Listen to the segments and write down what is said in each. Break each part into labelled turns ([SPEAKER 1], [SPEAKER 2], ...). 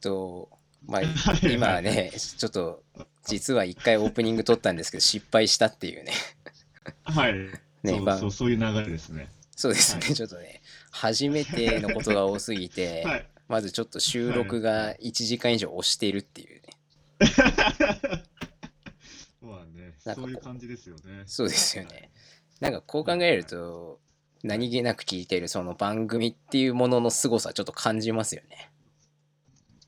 [SPEAKER 1] と、まあ、今はね、ちょっと、実は一回オープニング撮ったんですけど、失敗したって いうね。
[SPEAKER 2] はい。
[SPEAKER 1] ね
[SPEAKER 2] そう
[SPEAKER 1] まあ
[SPEAKER 2] そうそういう流れですね。
[SPEAKER 1] そうですね、
[SPEAKER 2] は
[SPEAKER 1] ちょっとね、初めてのことが多すぎて、
[SPEAKER 2] はい。
[SPEAKER 1] まずちょっと収録が1時間以上押しているっていうね。
[SPEAKER 2] まあね、
[SPEAKER 1] なんかこう
[SPEAKER 2] そういう感じですよね。
[SPEAKER 1] そうですよね。なんかこう考えると、何気なく聞いているその番組っていうものの凄さちょっと感じますよね。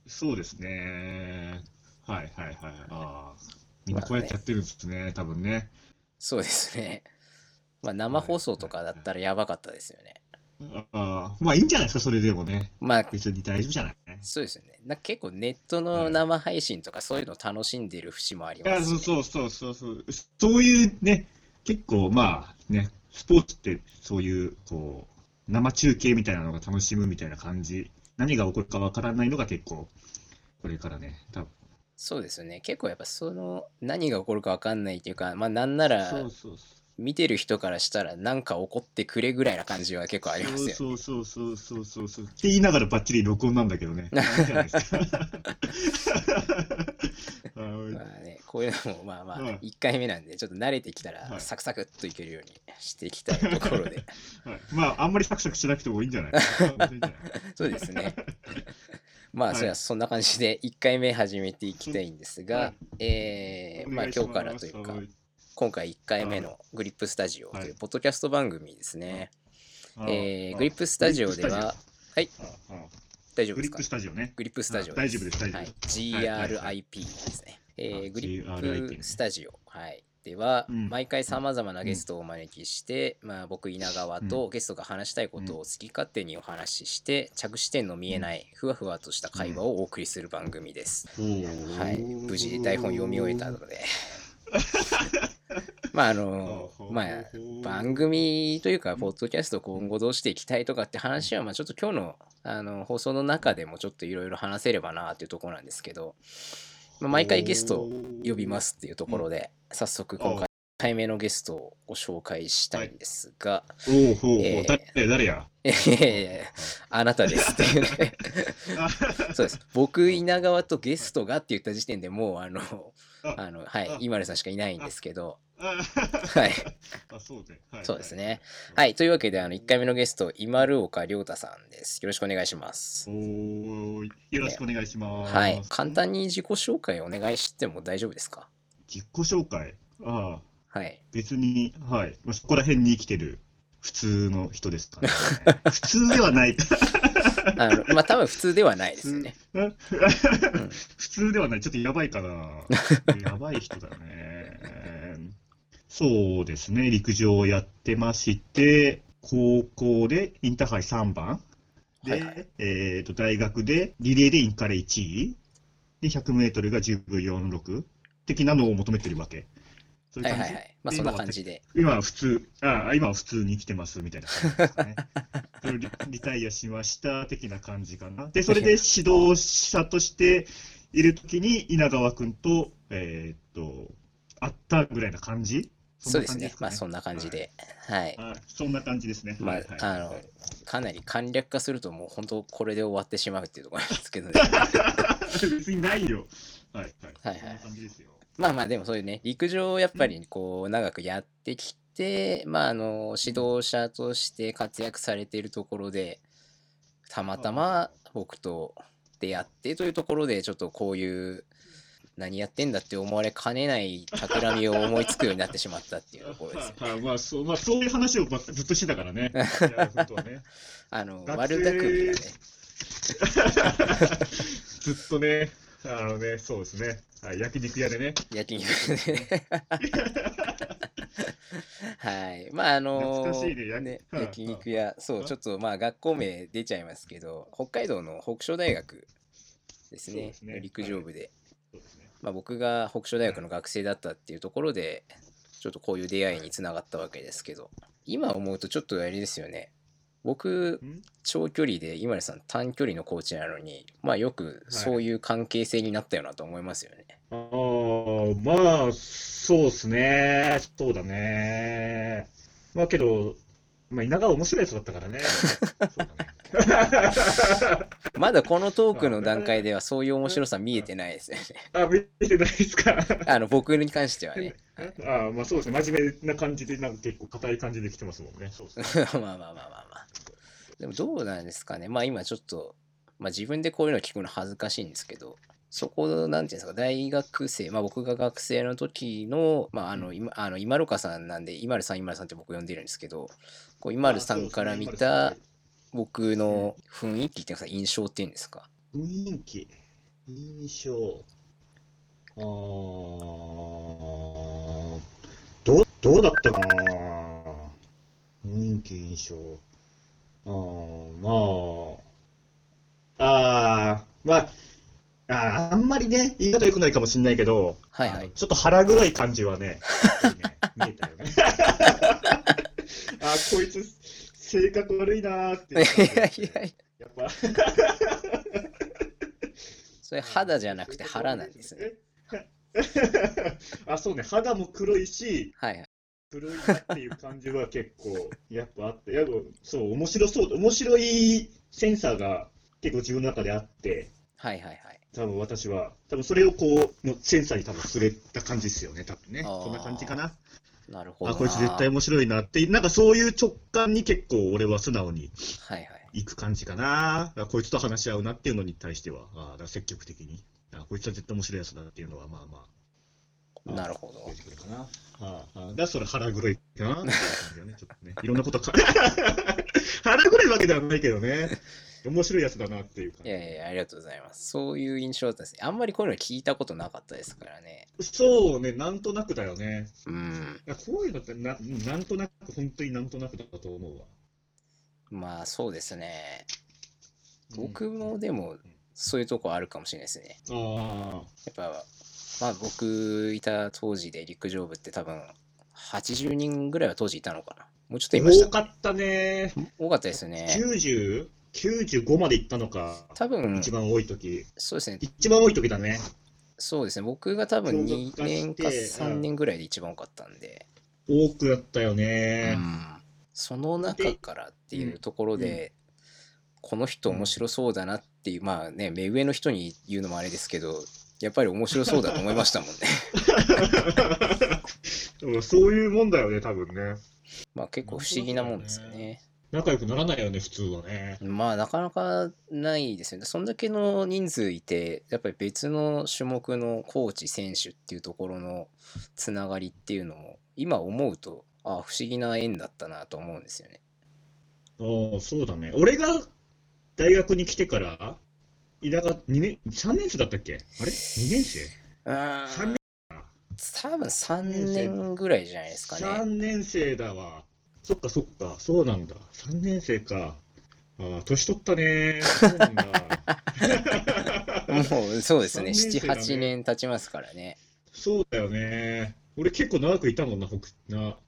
[SPEAKER 2] そうですね。はいはいはい。ああ。みんなこうやってやってるんですね、多分ね。
[SPEAKER 1] そうですね。まあ生放送とかだったらやばかったですよね。
[SPEAKER 2] ああ。まあいいんじゃないですか、それでもね。
[SPEAKER 1] まあ
[SPEAKER 2] 別に大丈夫じゃない。
[SPEAKER 1] そうですよね。なんか結構ネットの生配信とかそういうの楽しんでる節もあり
[SPEAKER 2] い
[SPEAKER 1] ま
[SPEAKER 2] や、
[SPEAKER 1] す、
[SPEAKER 2] そう
[SPEAKER 1] ね。
[SPEAKER 2] そうそうそうそう。そういうね、結構まあね、スポーツってそういう、こう、生中継みたいなのが楽しむみたいな感じ。何が起こるかわからないのが結構、これからね、多分。
[SPEAKER 1] そうですよね。結構やっぱその何が起こるかわかんないっていうか、まあなんなら
[SPEAKER 2] そうそうそう。
[SPEAKER 1] 見てる人からしたらなんか起こってくれぐらいな感じは結構ありますよね。
[SPEAKER 2] そうそうそうそうそうそう。って言いながらばっちり録音なんだけどね。 ダメじゃないですか
[SPEAKER 1] ま
[SPEAKER 2] は
[SPEAKER 1] あね、こういうのもまあまあ
[SPEAKER 2] うん
[SPEAKER 1] 1回目なんでちょっと慣れてきた
[SPEAKER 2] は
[SPEAKER 1] ら
[SPEAKER 2] い
[SPEAKER 1] サクサクっといけるようにしていきたいところ で
[SPEAKER 2] いはいまあ、あんまりサクサクしなくてもいいんじゃないいいんじゃない
[SPEAKER 1] そうですねまあ
[SPEAKER 2] はい
[SPEAKER 1] それはそんな感じで1回目始めていきたいんです
[SPEAKER 2] は
[SPEAKER 1] が、えーまあ今日からというか今回1回目のグリップスタジオと
[SPEAKER 2] はいいう
[SPEAKER 1] ポッドキャスト番組ですね、えーグリップス
[SPEAKER 2] ス
[SPEAKER 1] タジオでははい大丈夫
[SPEAKER 2] グ
[SPEAKER 1] です
[SPEAKER 2] リッ
[SPEAKER 1] か
[SPEAKER 2] プスタジオね。
[SPEAKER 1] グリップスタジオ
[SPEAKER 2] あ大丈夫です大丈夫
[SPEAKER 1] はい、GRIP ですね、えー
[SPEAKER 2] あ
[SPEAKER 1] グリ
[SPEAKER 2] GRIP
[SPEAKER 1] ップ
[SPEAKER 2] ね
[SPEAKER 1] スタジオ、はい、では、
[SPEAKER 2] うん
[SPEAKER 1] 毎回さまざまなゲストをお招きして、まあ、僕稲川とゲストが話したいことを好き勝手にお話しして、着地点の見えないふわふわとした会話をお送りする番組です、はい、無事台本読み終えたので まああのまあ番組というか、ポッドキャスト今後どうしていきたいとかって話は、まあちょっと今日のあの放送の中でもちょっといろいろ話せればなっていうところなんですけど、まあ、毎回ゲストを呼びますっていうところで、早速今回、1回目のゲストをご紹介したいんですが、
[SPEAKER 2] おー。おーほうほう
[SPEAKER 1] えー
[SPEAKER 2] 誰誰や
[SPEAKER 1] えへへへあなたですっていうね。そうです。僕、稲川とゲストがって言った時点でもう、あの、
[SPEAKER 2] あ
[SPEAKER 1] あのはい
[SPEAKER 2] あ、
[SPEAKER 1] 今るさんしかいないんですけど、
[SPEAKER 2] あ
[SPEAKER 1] はい。
[SPEAKER 2] あそうねはい
[SPEAKER 1] そうですね。
[SPEAKER 2] は
[SPEAKER 1] はいい、というわけで、あの、1回目のゲスト、今る岡亮太さんです。よろしくお願いします
[SPEAKER 2] お。ーいよろしくお願いします。
[SPEAKER 1] はい、簡単に自己紹介お願いしても大丈夫ですか
[SPEAKER 2] 自己紹介。ああ、
[SPEAKER 1] はい。
[SPEAKER 2] 別に、はい。まあ、そこら辺に生きてる普通の人ですから、 ね。普通ではない。
[SPEAKER 1] あの、まあ、多分普通ではないですよね。
[SPEAKER 2] 普通
[SPEAKER 1] うん
[SPEAKER 2] 普通ではない。ちょっとやばいかな。やばい人だね。そうですね。陸上をやってまして、高校でインターハイ3番。で、
[SPEAKER 1] はいはい
[SPEAKER 2] えーと、大学でリレーでインカレ1位。で、100メートルが10分46的なのを求めてるわけ。そういう
[SPEAKER 1] はいは
[SPEAKER 2] 感じ
[SPEAKER 1] いはい。まあ、そんな感じで。
[SPEAKER 2] 今は普通、ああ、今は普通に生きてますみたいな感じで すかね。それをリリタイアしました的な感じかな。で、それで指導者としているときに稲川君と、えーっと、会ったぐらいな感じ
[SPEAKER 1] そうですね。まあ、そ
[SPEAKER 2] ん
[SPEAKER 1] ん
[SPEAKER 2] な
[SPEAKER 1] な感
[SPEAKER 2] 感
[SPEAKER 1] じ
[SPEAKER 2] じ
[SPEAKER 1] で
[SPEAKER 2] で。
[SPEAKER 1] はい。
[SPEAKER 2] 感じですかね。はいそんな感じですね。
[SPEAKER 1] ま
[SPEAKER 2] はいはい
[SPEAKER 1] あ、あの、かなり簡略化すると、もう本当これで終わってしまうっていうところなんですけどね。
[SPEAKER 2] 別にないよ。はい、はい。
[SPEAKER 1] はいはい
[SPEAKER 2] そんな感じですよ。
[SPEAKER 1] まあまあでもそういうね陸上をやっぱりこう長くやってきて、まああの指導者として活躍されているところでたまたま僕と出会ってというところでちょっとこういう何やってんだって思われかねない企みを思いつくようになってしまったっていうところですよ
[SPEAKER 2] はいまあ、そう、まあ、そういう話をばっかずっとしてたか らね。いや本当はね。
[SPEAKER 1] あの
[SPEAKER 2] 学
[SPEAKER 1] 悪巧みがね
[SPEAKER 2] ずっとね、あのね、そうですね、はい、焼肉屋でね、
[SPEAKER 1] 焼き肉でねはいまああの
[SPEAKER 2] 懐かしいね焼き
[SPEAKER 1] ね
[SPEAKER 2] うん
[SPEAKER 1] 焼肉屋そう
[SPEAKER 2] うん
[SPEAKER 1] ちょっとまあ学校名出ちゃいますけど北海道の北昇大学です
[SPEAKER 2] そう
[SPEAKER 1] ね
[SPEAKER 2] ですね
[SPEAKER 1] 陸上部で、
[SPEAKER 2] そうですね
[SPEAKER 1] まあ、僕が北昇大学の学生だったっていうところでちょっとこういう出会いにつながったわけですけど今思うとちょっとあれですよね僕
[SPEAKER 2] ん
[SPEAKER 1] 長距離で今根さん短距離のコーチなのにまあよくそういう関係性になったよなと思いますよね、
[SPEAKER 2] ああ、まあ、そうですね、そうだね。まあけど、まあ、稲川面白いやつだったか らね。そうだね
[SPEAKER 1] まだこのトークの段階ではそういう面白さ見えてない ですよね。
[SPEAKER 2] あ、見てないですか。
[SPEAKER 1] あの、僕に関してはね。
[SPEAKER 2] あまあそうですね、真面目な感じで、なんか結構硬い感じで来てますもんね。そうですね
[SPEAKER 1] まあまあまあまあまあ。でもどうなんですかね。まあ今ちょっと、まあ自分でこういうの聞くの恥ずかしいんですけど、そこの、なんていうんですか、大学生、まあ僕が学生の時の、まああの、今、あの、今るかさんなんで、今るさん、今るさんって僕呼んでるんですけど、こう、今るさんから見た僕の雰囲気っていうか印象っていうんですか。
[SPEAKER 2] 雰囲気、印象、あーどう、どうだったかな、雰囲気、印象、あーまあ、あーまあ、あーあんまりね、言い方良くないかもしれないけど、
[SPEAKER 1] はいはい
[SPEAKER 2] あのちょっと腹黒い感じはね、やっぱりね見えた よね。あーこいつ、性格悪いなーって
[SPEAKER 1] い
[SPEAKER 2] いう
[SPEAKER 1] や
[SPEAKER 2] 感 じ
[SPEAKER 1] い
[SPEAKER 2] が
[SPEAKER 1] やい
[SPEAKER 2] ね、
[SPEAKER 1] やいや、
[SPEAKER 2] やっぱ。
[SPEAKER 1] それ肌じゃなくて腹なんですね。
[SPEAKER 2] ね。 あ、そうね、肌も黒いし、
[SPEAKER 1] はいはい。
[SPEAKER 2] 黒いなっていう感じは結構、やっぱあって、やっぱそう、面白そう、面白いセンサーが結構自分の中であって、
[SPEAKER 1] はいはいはい。
[SPEAKER 2] 多分私は、多分それをこう、のセンサーに多分触れた感じですよね、多分ね。
[SPEAKER 1] あー
[SPEAKER 2] こんな感じかな。
[SPEAKER 1] なるほど
[SPEAKER 2] あ、
[SPEAKER 1] な。
[SPEAKER 2] こいつ絶対面白いなって、なんかそういう直感に結構俺は素直に
[SPEAKER 1] はいはい。
[SPEAKER 2] 行く感じかな。あこいつと話し合うなっていうのに対しては、あだから積極的に。あこいつは絶対面白いやつだっていうのは、まあまあ。
[SPEAKER 1] なるほど
[SPEAKER 2] 出。てくるかな。はあ、はあ、だからそれ腹黒いかなっていう感じだね、ちょっとね。いろんなことか。 腹黒いわけではないけどね。面白いやつだなっていう感
[SPEAKER 1] い
[SPEAKER 2] じ。
[SPEAKER 1] やいや、ありがとうございます。そういう印象だったんですね。あんまりこういうの聞いたことなかったですからね。
[SPEAKER 2] そうね、なんとなくだよね。
[SPEAKER 1] うん。
[SPEAKER 2] いやこういうのってな、うんなんとなく、本当になんとなくだと思うわ。
[SPEAKER 1] まあそうですね。
[SPEAKER 2] うん
[SPEAKER 1] 僕もでもそういうとこあるかもしれないですね。
[SPEAKER 2] あ
[SPEAKER 1] やっぱ、まあ僕いた当時で陸上部って多分80人ぐらいは当時いたのかな。もうちょっとい
[SPEAKER 2] あ、
[SPEAKER 1] まし
[SPEAKER 2] 多
[SPEAKER 1] た。
[SPEAKER 2] かったね。
[SPEAKER 1] 多かったですね。
[SPEAKER 2] 90、95まで行ったのか。
[SPEAKER 1] 多分
[SPEAKER 2] 一、番多い時。
[SPEAKER 1] そうですね。
[SPEAKER 2] 一番多い時だね。
[SPEAKER 1] そうですね。僕が多分
[SPEAKER 2] 共
[SPEAKER 1] 2
[SPEAKER 2] 学化し
[SPEAKER 1] 年
[SPEAKER 2] て
[SPEAKER 1] か3年ぐらいで一番多かったんで。
[SPEAKER 2] 多くだったよ
[SPEAKER 1] う
[SPEAKER 2] ね。
[SPEAKER 1] んその中からっていうところで、この人面白そうだなっていう、まあね、目上の人に言うのもあれですけど、やっぱり面白そうだと思いましたもん ね。
[SPEAKER 2] うん そういうもんだよね、多分ね。
[SPEAKER 1] まあ結構不思議なもんですよね。
[SPEAKER 2] 仲良くならないよね、普通はね。
[SPEAKER 1] まあなかなかないですよね。そんだけの人数いて、やっぱり別の種目のコーチ、選手っていうところのつながりっていうのも、今思うと、ああ、不思議な縁だったなと思うんですよね。
[SPEAKER 2] ああ、そうだね。俺が大学に来てから、田舎二年、3年生だったっけあれ ?2 年生
[SPEAKER 1] うーん
[SPEAKER 2] ?3 年
[SPEAKER 1] 多分3年ぐらいじゃないですかね。
[SPEAKER 2] 三年生だわ。そっかそっか、そうなんだ。3年生か。ああ、年取ったね。そうなんだ。
[SPEAKER 1] もうそうですね、
[SPEAKER 2] 三
[SPEAKER 1] 7、
[SPEAKER 2] 年生だね
[SPEAKER 1] 8年経ちますからね。
[SPEAKER 2] そうだよね。俺結構長くいたもんな、北な。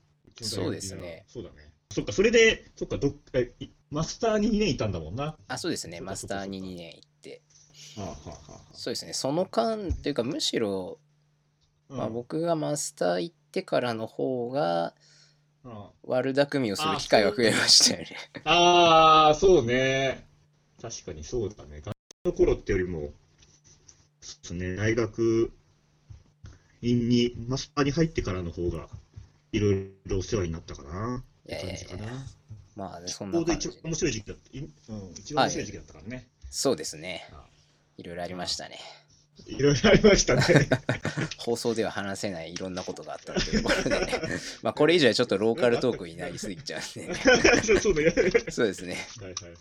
[SPEAKER 1] そうですね
[SPEAKER 2] そうだね。そっか、それで、そっか、どっか、いマスターに2年いたんだもんな。
[SPEAKER 1] あ、そうですね、
[SPEAKER 2] そうか
[SPEAKER 1] マスターに
[SPEAKER 2] そうか
[SPEAKER 1] 2年行って。
[SPEAKER 2] ああ、はあ、はあは
[SPEAKER 1] そうですね、その間というか、むしろ、
[SPEAKER 2] あ。
[SPEAKER 1] まあ、
[SPEAKER 2] うん
[SPEAKER 1] 僕がマスター行ってからの方が、
[SPEAKER 2] うん
[SPEAKER 1] 悪巧みをする機会が増えましたよね。
[SPEAKER 2] ああ、そうね。確かにそうだね。学生の頃ってよりも、そうですね、大学院に、マスターに入ってからの方が、いろいろお世話になったかな。っ
[SPEAKER 1] いや
[SPEAKER 2] て
[SPEAKER 1] いや
[SPEAKER 2] 感
[SPEAKER 1] い
[SPEAKER 2] じか
[SPEAKER 1] や
[SPEAKER 2] な。、
[SPEAKER 1] まあ、そん
[SPEAKER 2] ちょ
[SPEAKER 1] な
[SPEAKER 2] うど
[SPEAKER 1] 感
[SPEAKER 2] 一
[SPEAKER 1] じ
[SPEAKER 2] 番
[SPEAKER 1] で
[SPEAKER 2] 面白い時期だった。いうん、一番面白い時期だったからね。
[SPEAKER 1] そうですね
[SPEAKER 2] あ、
[SPEAKER 1] いろいろありましたね。
[SPEAKER 2] いろいろありましたね。
[SPEAKER 1] 放送では話せないいろんなことがあったということで ね、まあ、これ以上はちょっとローカルトークになりすぎちゃうんでね。
[SPEAKER 2] そうそうだよ。
[SPEAKER 1] そうですね。
[SPEAKER 2] はいはい。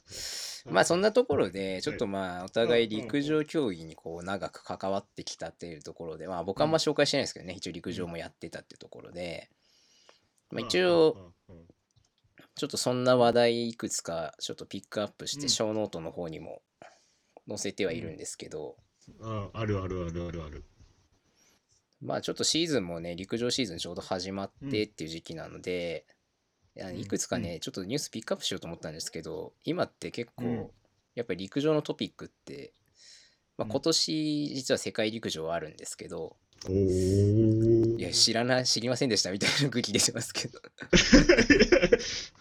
[SPEAKER 1] まあそんなところで、ちょっとまあお互い陸上競技にこう長く関わってきたっていうところで、まあ僕はあんま紹介してないですけどね、一応陸上もやってたってところで、まあ、一応、
[SPEAKER 2] うんうんうん
[SPEAKER 1] ちょっとそんな話題いくつかちょっとピックアップし
[SPEAKER 2] う
[SPEAKER 1] て、
[SPEAKER 2] ん
[SPEAKER 1] 小ノートの方にも載せてはいるんですけど、
[SPEAKER 2] ああるあるあるあるある。
[SPEAKER 1] まあちょっとシーズンもね、陸上シーズンちょうど始まってっていう時期なので、あの
[SPEAKER 2] うん
[SPEAKER 1] いくつかね、ちょっとニュースピックアップしようと思ったんですけど、今って結構、
[SPEAKER 2] うん
[SPEAKER 1] やっぱり陸上のトピックって、まあ、
[SPEAKER 2] うん
[SPEAKER 1] 今年実は世界陸上はあるんですけど、
[SPEAKER 2] おー
[SPEAKER 1] いや、知らない、知りませんでしたみたいな空気出てますけど。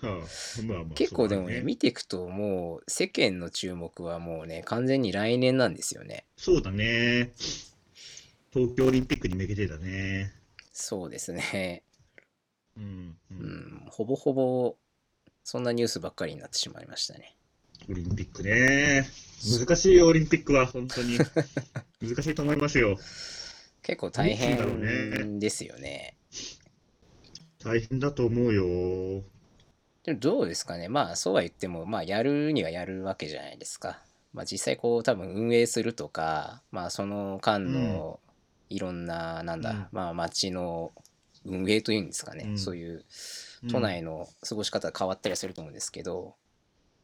[SPEAKER 2] は あまあまあ
[SPEAKER 1] 結構でも
[SPEAKER 2] そう
[SPEAKER 1] ね、
[SPEAKER 2] だ
[SPEAKER 1] 見ていくともう世間の注目はもうね、完全に来年なんですよね。
[SPEAKER 2] そうだね。東京オリンピックに向けてだね。
[SPEAKER 1] そうですね。
[SPEAKER 2] うん、う。
[SPEAKER 1] うんん、ほぼほぼそんなニュースばっかりになってしまいましたね。
[SPEAKER 2] オリンピックね。難しいよ、オリンピックは、本当に。難しいと思いますよ。
[SPEAKER 1] 結構大
[SPEAKER 2] どうするんだろう
[SPEAKER 1] 変ですよね。
[SPEAKER 2] 大変だと思うよ。
[SPEAKER 1] でもどうですかね、まあそうは言っても、まあやるにはやるわけじゃないですか。まあ実際こう多分運営するとか、まあその間のいろんな、なんだ、
[SPEAKER 2] うん
[SPEAKER 1] まあ町の運営というんですかね、
[SPEAKER 2] うん
[SPEAKER 1] そういう
[SPEAKER 2] うん
[SPEAKER 1] 都内の過ごし方が変わったりはすると思うんですけど、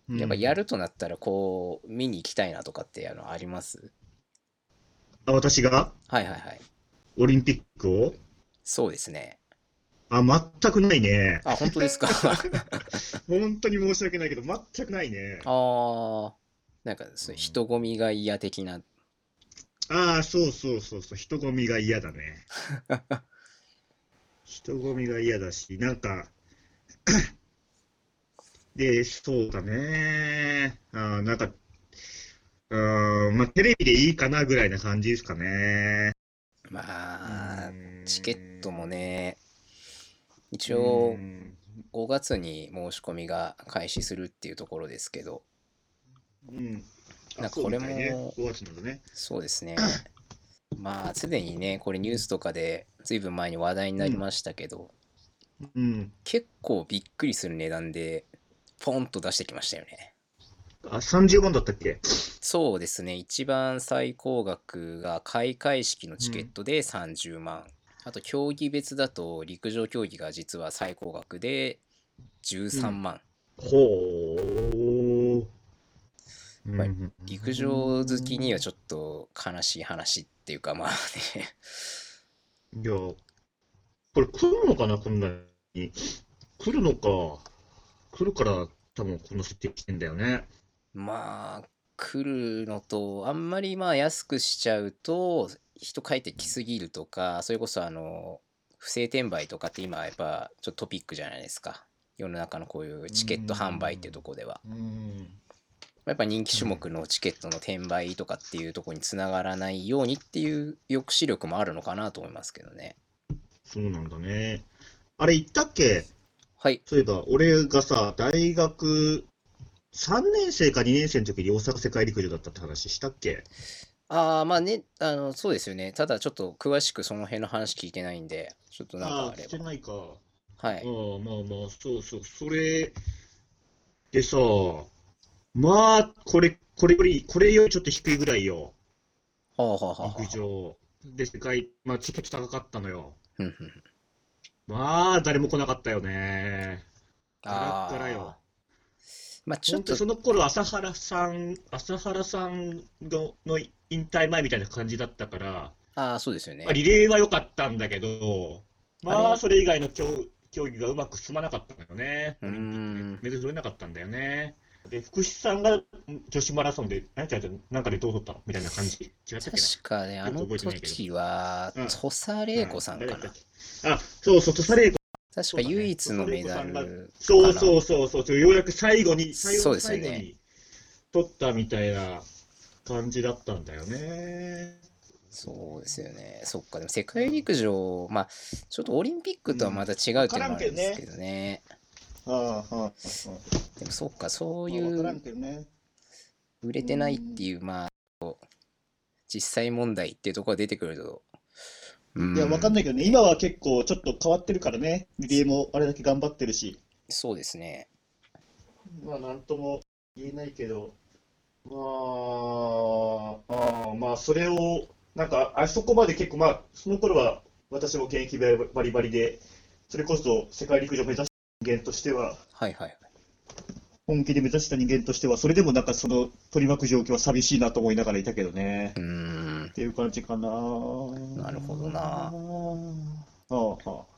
[SPEAKER 1] やっぱやるとなったらこう見に行きたいなとかってあのあります
[SPEAKER 2] うんあ私が
[SPEAKER 1] はいはいはい。
[SPEAKER 2] オリンピックを
[SPEAKER 1] そうですね。
[SPEAKER 2] あ、全くないね。
[SPEAKER 1] あ、本当ですか。
[SPEAKER 2] 本当に申し訳ないけど、全くないね。あ
[SPEAKER 1] ああ、なんかそういう人混みが嫌的な。
[SPEAKER 2] あー、そうそうそうそう、人混みが嫌だね。 人混みが嫌だし、なんか、 で、そうだね。あーなんか、うーん、まあ、テレビでいいかなぐらいな感じですかね。
[SPEAKER 1] まあ
[SPEAKER 2] う、ーん
[SPEAKER 1] チケットもね、一応
[SPEAKER 2] うん
[SPEAKER 1] 5月に申し込みが開始するっていうところですけど、
[SPEAKER 2] うん。あ
[SPEAKER 1] なんかこれも
[SPEAKER 2] そうみたいね、5月なんだね。
[SPEAKER 1] そうです ね。まあ、すでにね、これニュースとかで随分前に話題になりましたけど、
[SPEAKER 2] うん。
[SPEAKER 1] 結構びっくりする値段で、ポンと出してきましたよね。
[SPEAKER 2] あ、30万だったっけ
[SPEAKER 1] そうですね、一番最高額が開会式のチケットで30万、あと競技別だと陸上競技が実は最高額で13万、
[SPEAKER 2] ほう。
[SPEAKER 1] まあ陸上好きにはちょっと悲しい話っていうか、まあね、
[SPEAKER 2] いや、これ来るのかな、こんなに。来るのか。来るから、多分この設定来てんだよね。
[SPEAKER 1] まあ、来るのと、あんまりまあ安くしちゃうと、人帰ってきすぎるとか、それこそあの、不正転売とかって今やっぱちょっとトピックじゃないですか。世の中のこういうチケット販売っていうところでは。
[SPEAKER 2] うん。
[SPEAKER 1] やっぱ人気種目のチケットの転売とかっていうところにつながらないようにっていう抑止力もあるのかなと思いますけどね。
[SPEAKER 2] そうなんだね。あれ、言ったっけ
[SPEAKER 1] はい。
[SPEAKER 2] そういえば、俺がさ、大学3年生か2年生の時に大阪世界陸上だったって話したっけ
[SPEAKER 1] ああ、まあね、あの、そうですよね。ただちょっと詳しくその辺の話聞いてないんで、ちょっとなん
[SPEAKER 2] あ
[SPEAKER 1] か
[SPEAKER 2] あ、
[SPEAKER 1] あれ
[SPEAKER 2] して
[SPEAKER 1] ば。
[SPEAKER 2] ないか。
[SPEAKER 1] は
[SPEAKER 2] あ
[SPEAKER 1] い。
[SPEAKER 2] あ、まあまあ、そうそう、それでさ、まあ、これ、これより、これよりちょっと低いぐらいよ、
[SPEAKER 1] はあはあはあはあ。
[SPEAKER 2] 陸上。で、世界、まあ、チケット高かったのよ。
[SPEAKER 1] うんうんうん
[SPEAKER 2] まあ、誰も来なかったよね。ガラ
[SPEAKER 1] あ
[SPEAKER 2] ッガラよ。
[SPEAKER 1] あ。まあちょっ
[SPEAKER 2] 本当
[SPEAKER 1] と、
[SPEAKER 2] その頃、朝原さん、朝原さんのの引退前みたいな感じだったから、
[SPEAKER 1] ああ、そうですよね
[SPEAKER 2] まあ、。リレーは良かったんだけど、
[SPEAKER 1] あ
[SPEAKER 2] ま
[SPEAKER 1] れ
[SPEAKER 2] あ、それ以外の競競技がうまく進まなかったんだよね。
[SPEAKER 1] うーん。
[SPEAKER 2] メダル取れなかったんだよね。で、福士さんが女子マラソンで、なんかなんかでどう取ったのみたいな感じ。違ったっけ
[SPEAKER 1] 確かね、あの
[SPEAKER 2] よく覚えてないけど
[SPEAKER 1] 時は
[SPEAKER 2] うん、
[SPEAKER 1] 土佐玲子さんかな。
[SPEAKER 2] 誰だっけあ、そうそう、土佐玲子。
[SPEAKER 1] 確か唯一のメダルかな。
[SPEAKER 2] そうそうそうそうそう、ようやく最後に、最後
[SPEAKER 1] そう
[SPEAKER 2] の
[SPEAKER 1] ですよ
[SPEAKER 2] 最
[SPEAKER 1] ね
[SPEAKER 2] 後に取ったみたいな感じだったんだよね。
[SPEAKER 1] そうですよね。そっか、でも世界陸上、まあ、ちょっとオリンピックとはまた違うっていうのもあるんですけどね。
[SPEAKER 2] ああ、ああ、
[SPEAKER 1] でもそっか、そういう
[SPEAKER 2] けどね。
[SPEAKER 1] 売れてないっていう、まあ、実際問題っていうところが出てくると、うん、
[SPEAKER 2] ないけどね、今は結構ちょっと変わってるからね、リレーもあれだけ頑張ってるし。
[SPEAKER 1] そうですね。
[SPEAKER 2] まあ、なんとも言えないけど、まあ、ああまあ、それを、なんか、あそこまで結構、まあ、その頃は私も現役バリバリで、それこそ世界陸上を目指した人間としては、
[SPEAKER 1] はいはい。
[SPEAKER 2] 本気で目指した人間としては、それでもなんか、その取り巻く状況は寂しいなと思いながらいたけどね。
[SPEAKER 1] うーん
[SPEAKER 2] っ、ていう感じかな。
[SPEAKER 1] なるほどな
[SPEAKER 2] ああ、ああ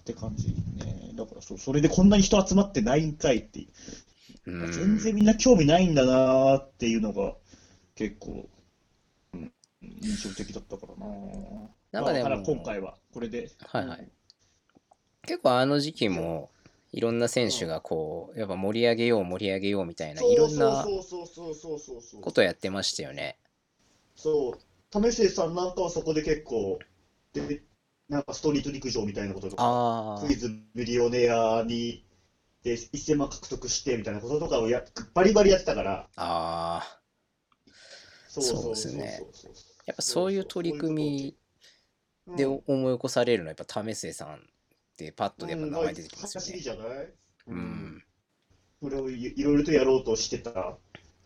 [SPEAKER 2] って感じね。だからそう、それでこんなに人集まってないんかいっていう。
[SPEAKER 1] うーん
[SPEAKER 2] 全然みんな興味ないんだなーっていうのが結構、うん印象的だったからな
[SPEAKER 1] なんかで
[SPEAKER 2] ま
[SPEAKER 1] も
[SPEAKER 2] あだから今回はこれで。
[SPEAKER 1] はいはい結構あの時期もいろんな選手がこうやっぱ盛り上げよう盛り上げようみたいな
[SPEAKER 2] そう
[SPEAKER 1] いろんな
[SPEAKER 2] そうそうそうそうそうそう
[SPEAKER 1] ことやってましたよね。
[SPEAKER 2] そう、為末さんなんかはそこで結構、でなんかストリート陸上みたいなこととか、
[SPEAKER 1] あ
[SPEAKER 2] クイズミリオネアにで1000万獲得してみたいなこととかをやバリバリやってたから、
[SPEAKER 1] あああ
[SPEAKER 2] そ
[SPEAKER 1] そうですね
[SPEAKER 2] そうそう
[SPEAKER 1] やっぱそういう取り組みで
[SPEAKER 2] うん
[SPEAKER 1] 思い起こされるのはやっぱ為末さんってパッとやっぱ名前出てきますよ
[SPEAKER 2] うん走り
[SPEAKER 1] ね。
[SPEAKER 2] じゃない、
[SPEAKER 1] う、ん、
[SPEAKER 2] それをいいろいろとやろうとしてた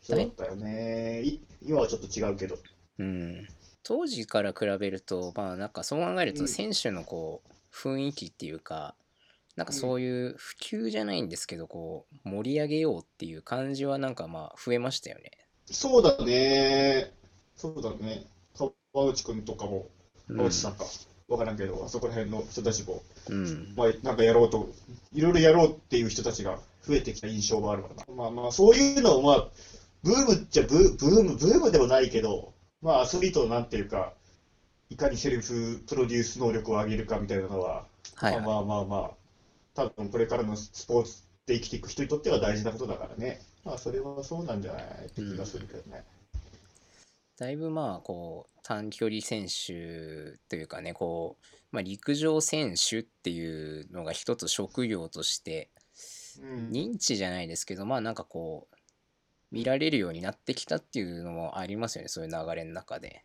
[SPEAKER 2] 人だったよね、い今はちょっと違うけど、
[SPEAKER 1] うん、当時から比べるとまあなんかそう考える
[SPEAKER 2] う
[SPEAKER 1] と
[SPEAKER 2] ん
[SPEAKER 1] 選手のこう雰囲気っていうかなんかそういう普及じゃないんですけどこう盛り上げようっていう感じはなんかまあ増えましたよね。
[SPEAKER 2] そうだね、そうだね、川内君とかも、
[SPEAKER 1] うん
[SPEAKER 2] 川内さんか、わからんけど、あそこら辺の人たちも。
[SPEAKER 1] うん
[SPEAKER 2] まあ、なんかやろうと、いろいろやろうっていう人たちが増えてきた印象があるからな。まあまあ、そういうのは、まあ、ブームっちゃブー、ブーム、ブームでもないけど、まあ、アスリートのなんていうか、いかにセルフプロデュース能力を上げるかみたいなのは、
[SPEAKER 1] はいはい
[SPEAKER 2] まあまあまあまあ、多分これからのスポーツで生きていく人にとっては大事なことだからね。まあ、それはそうなんじゃないって気がするけどね。
[SPEAKER 1] だいぶまあこう短距離選手というかねこう、まあ、陸上選手っていうのが一つ職業として
[SPEAKER 2] うん。
[SPEAKER 1] 認知じゃないですけどまあなんかこう見られるようになってきたっていうのもありますよねそういう流れの中で。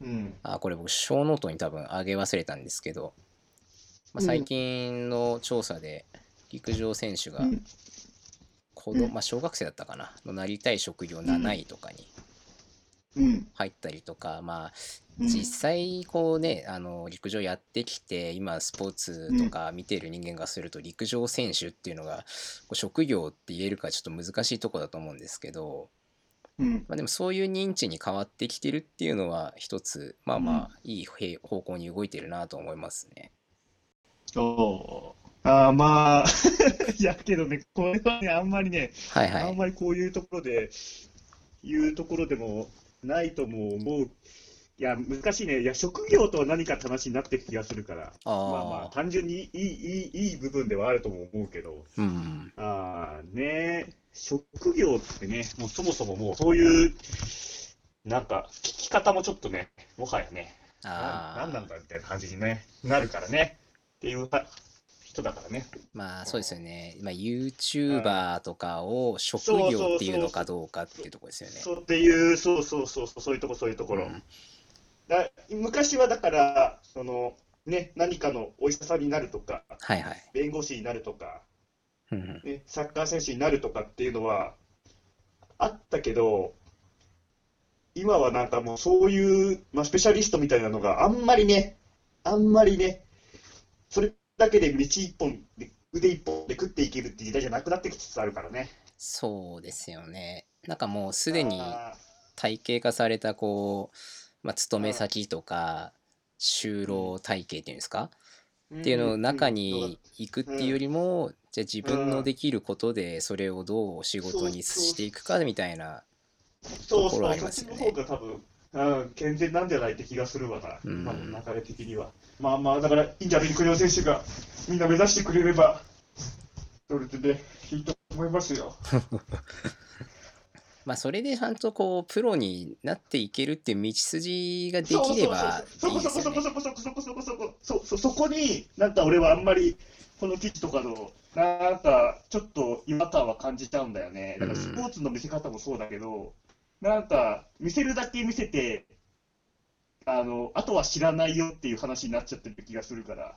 [SPEAKER 2] うん。
[SPEAKER 1] あこれ僕小ノートに多分上げ忘れたんですけど、まあ、
[SPEAKER 2] うん
[SPEAKER 1] 最近の調査で陸上選手が
[SPEAKER 2] うん
[SPEAKER 1] 子供、
[SPEAKER 2] うん
[SPEAKER 1] まあ、小学生だったかなのなりたい職業7位とかに
[SPEAKER 2] うん。
[SPEAKER 1] 入ったりとかまあ
[SPEAKER 2] うん
[SPEAKER 1] 実際こうねあの陸上やってきて今スポーツとか見てる人間がすると陸上選手っていうのがこう職業って言えるかちょっと難しいとこだと思うんですけど、
[SPEAKER 2] うん。
[SPEAKER 1] まあ、でもそういう認知に変わってきてるっていうのは一つまあまあいい平方向に動いてるなと思いますね。
[SPEAKER 2] そう。あーまあ、 いやけどね、これはね、あんまりね、
[SPEAKER 1] はいは
[SPEAKER 2] あん
[SPEAKER 1] い。
[SPEAKER 2] まりこういうところで、いうところでもないとも思う。いや、難しいね。いや、職業とは何かって話になっていく気がするから、
[SPEAKER 1] あー
[SPEAKER 2] まあまあ、単純にいい、いい、いい部分ではあるとも思うけど、
[SPEAKER 1] うん、
[SPEAKER 2] ああ、ねえ、職業ってね、もうそもそももう、そういう、なんか、聞き方もちょっとね、もはやね、
[SPEAKER 1] あ
[SPEAKER 2] ななんなん
[SPEAKER 1] あ
[SPEAKER 2] だみたいな感じに、ね、なるからね。っていうは人だからね。
[SPEAKER 1] まあそうですよね、まあ、YouTuber とかを職業っていうのかどうかっていうところですよね。
[SPEAKER 2] そうっていう、そうそうそうそう、そういうとこ、そういうところ。
[SPEAKER 1] うん
[SPEAKER 2] だ昔はだから、そのね、何かのお医者さんになるとか、
[SPEAKER 1] はいはい。
[SPEAKER 2] 弁護士になるとか、
[SPEAKER 1] うんうん
[SPEAKER 2] ね、サッカー選手になるとかっていうのはあったけど、今はなんかもうそういう、まあ、スペシャリストみたいなのがあんまりね、あんまりね、それだけで道一本で、腕一本で食っていけるっていう時代じゃなくなってきつつあるからね。
[SPEAKER 1] そうですよね。なんかもうすでに
[SPEAKER 2] あ
[SPEAKER 1] 体系化されたこう、まあ、勤め先とか就労体系っていうんですか、
[SPEAKER 2] ー
[SPEAKER 1] っていうのを中
[SPEAKER 2] うんうん
[SPEAKER 1] に行くっていうよりも、じゃあ自分のできることでそれをどう仕事にしていくかみたいな
[SPEAKER 2] そう
[SPEAKER 1] とこ
[SPEAKER 2] そう、
[SPEAKER 1] ろ
[SPEAKER 2] そ
[SPEAKER 1] あ
[SPEAKER 2] っ
[SPEAKER 1] ります
[SPEAKER 2] ち
[SPEAKER 1] よ
[SPEAKER 2] の
[SPEAKER 1] ね
[SPEAKER 2] 方が多分、うん、健全なんじゃないって気がするわな、
[SPEAKER 1] うん
[SPEAKER 2] 今の流れ的には。まあまあ、だから、いいんじゃない、陸上選手がみんな目指してくれれば、それでね、いいと思いますよ。
[SPEAKER 1] まあそれでちゃんとこうプロになっていけるっていう道筋ができれば
[SPEAKER 2] そう
[SPEAKER 1] いいで
[SPEAKER 2] そう
[SPEAKER 1] す
[SPEAKER 2] そ
[SPEAKER 1] よ
[SPEAKER 2] うそ
[SPEAKER 1] ね
[SPEAKER 2] こ。そこそこそこそこそこそこそそそこに、なんか俺はあんまり、この記事とかの、なんか、ちょっと違和感は感じちゃうんだよね。だからスポーツの見せ方もそうだけど、なんか、見せるだけ見せて、あの、あとは知らないよっていう話になっちゃってる気がするから。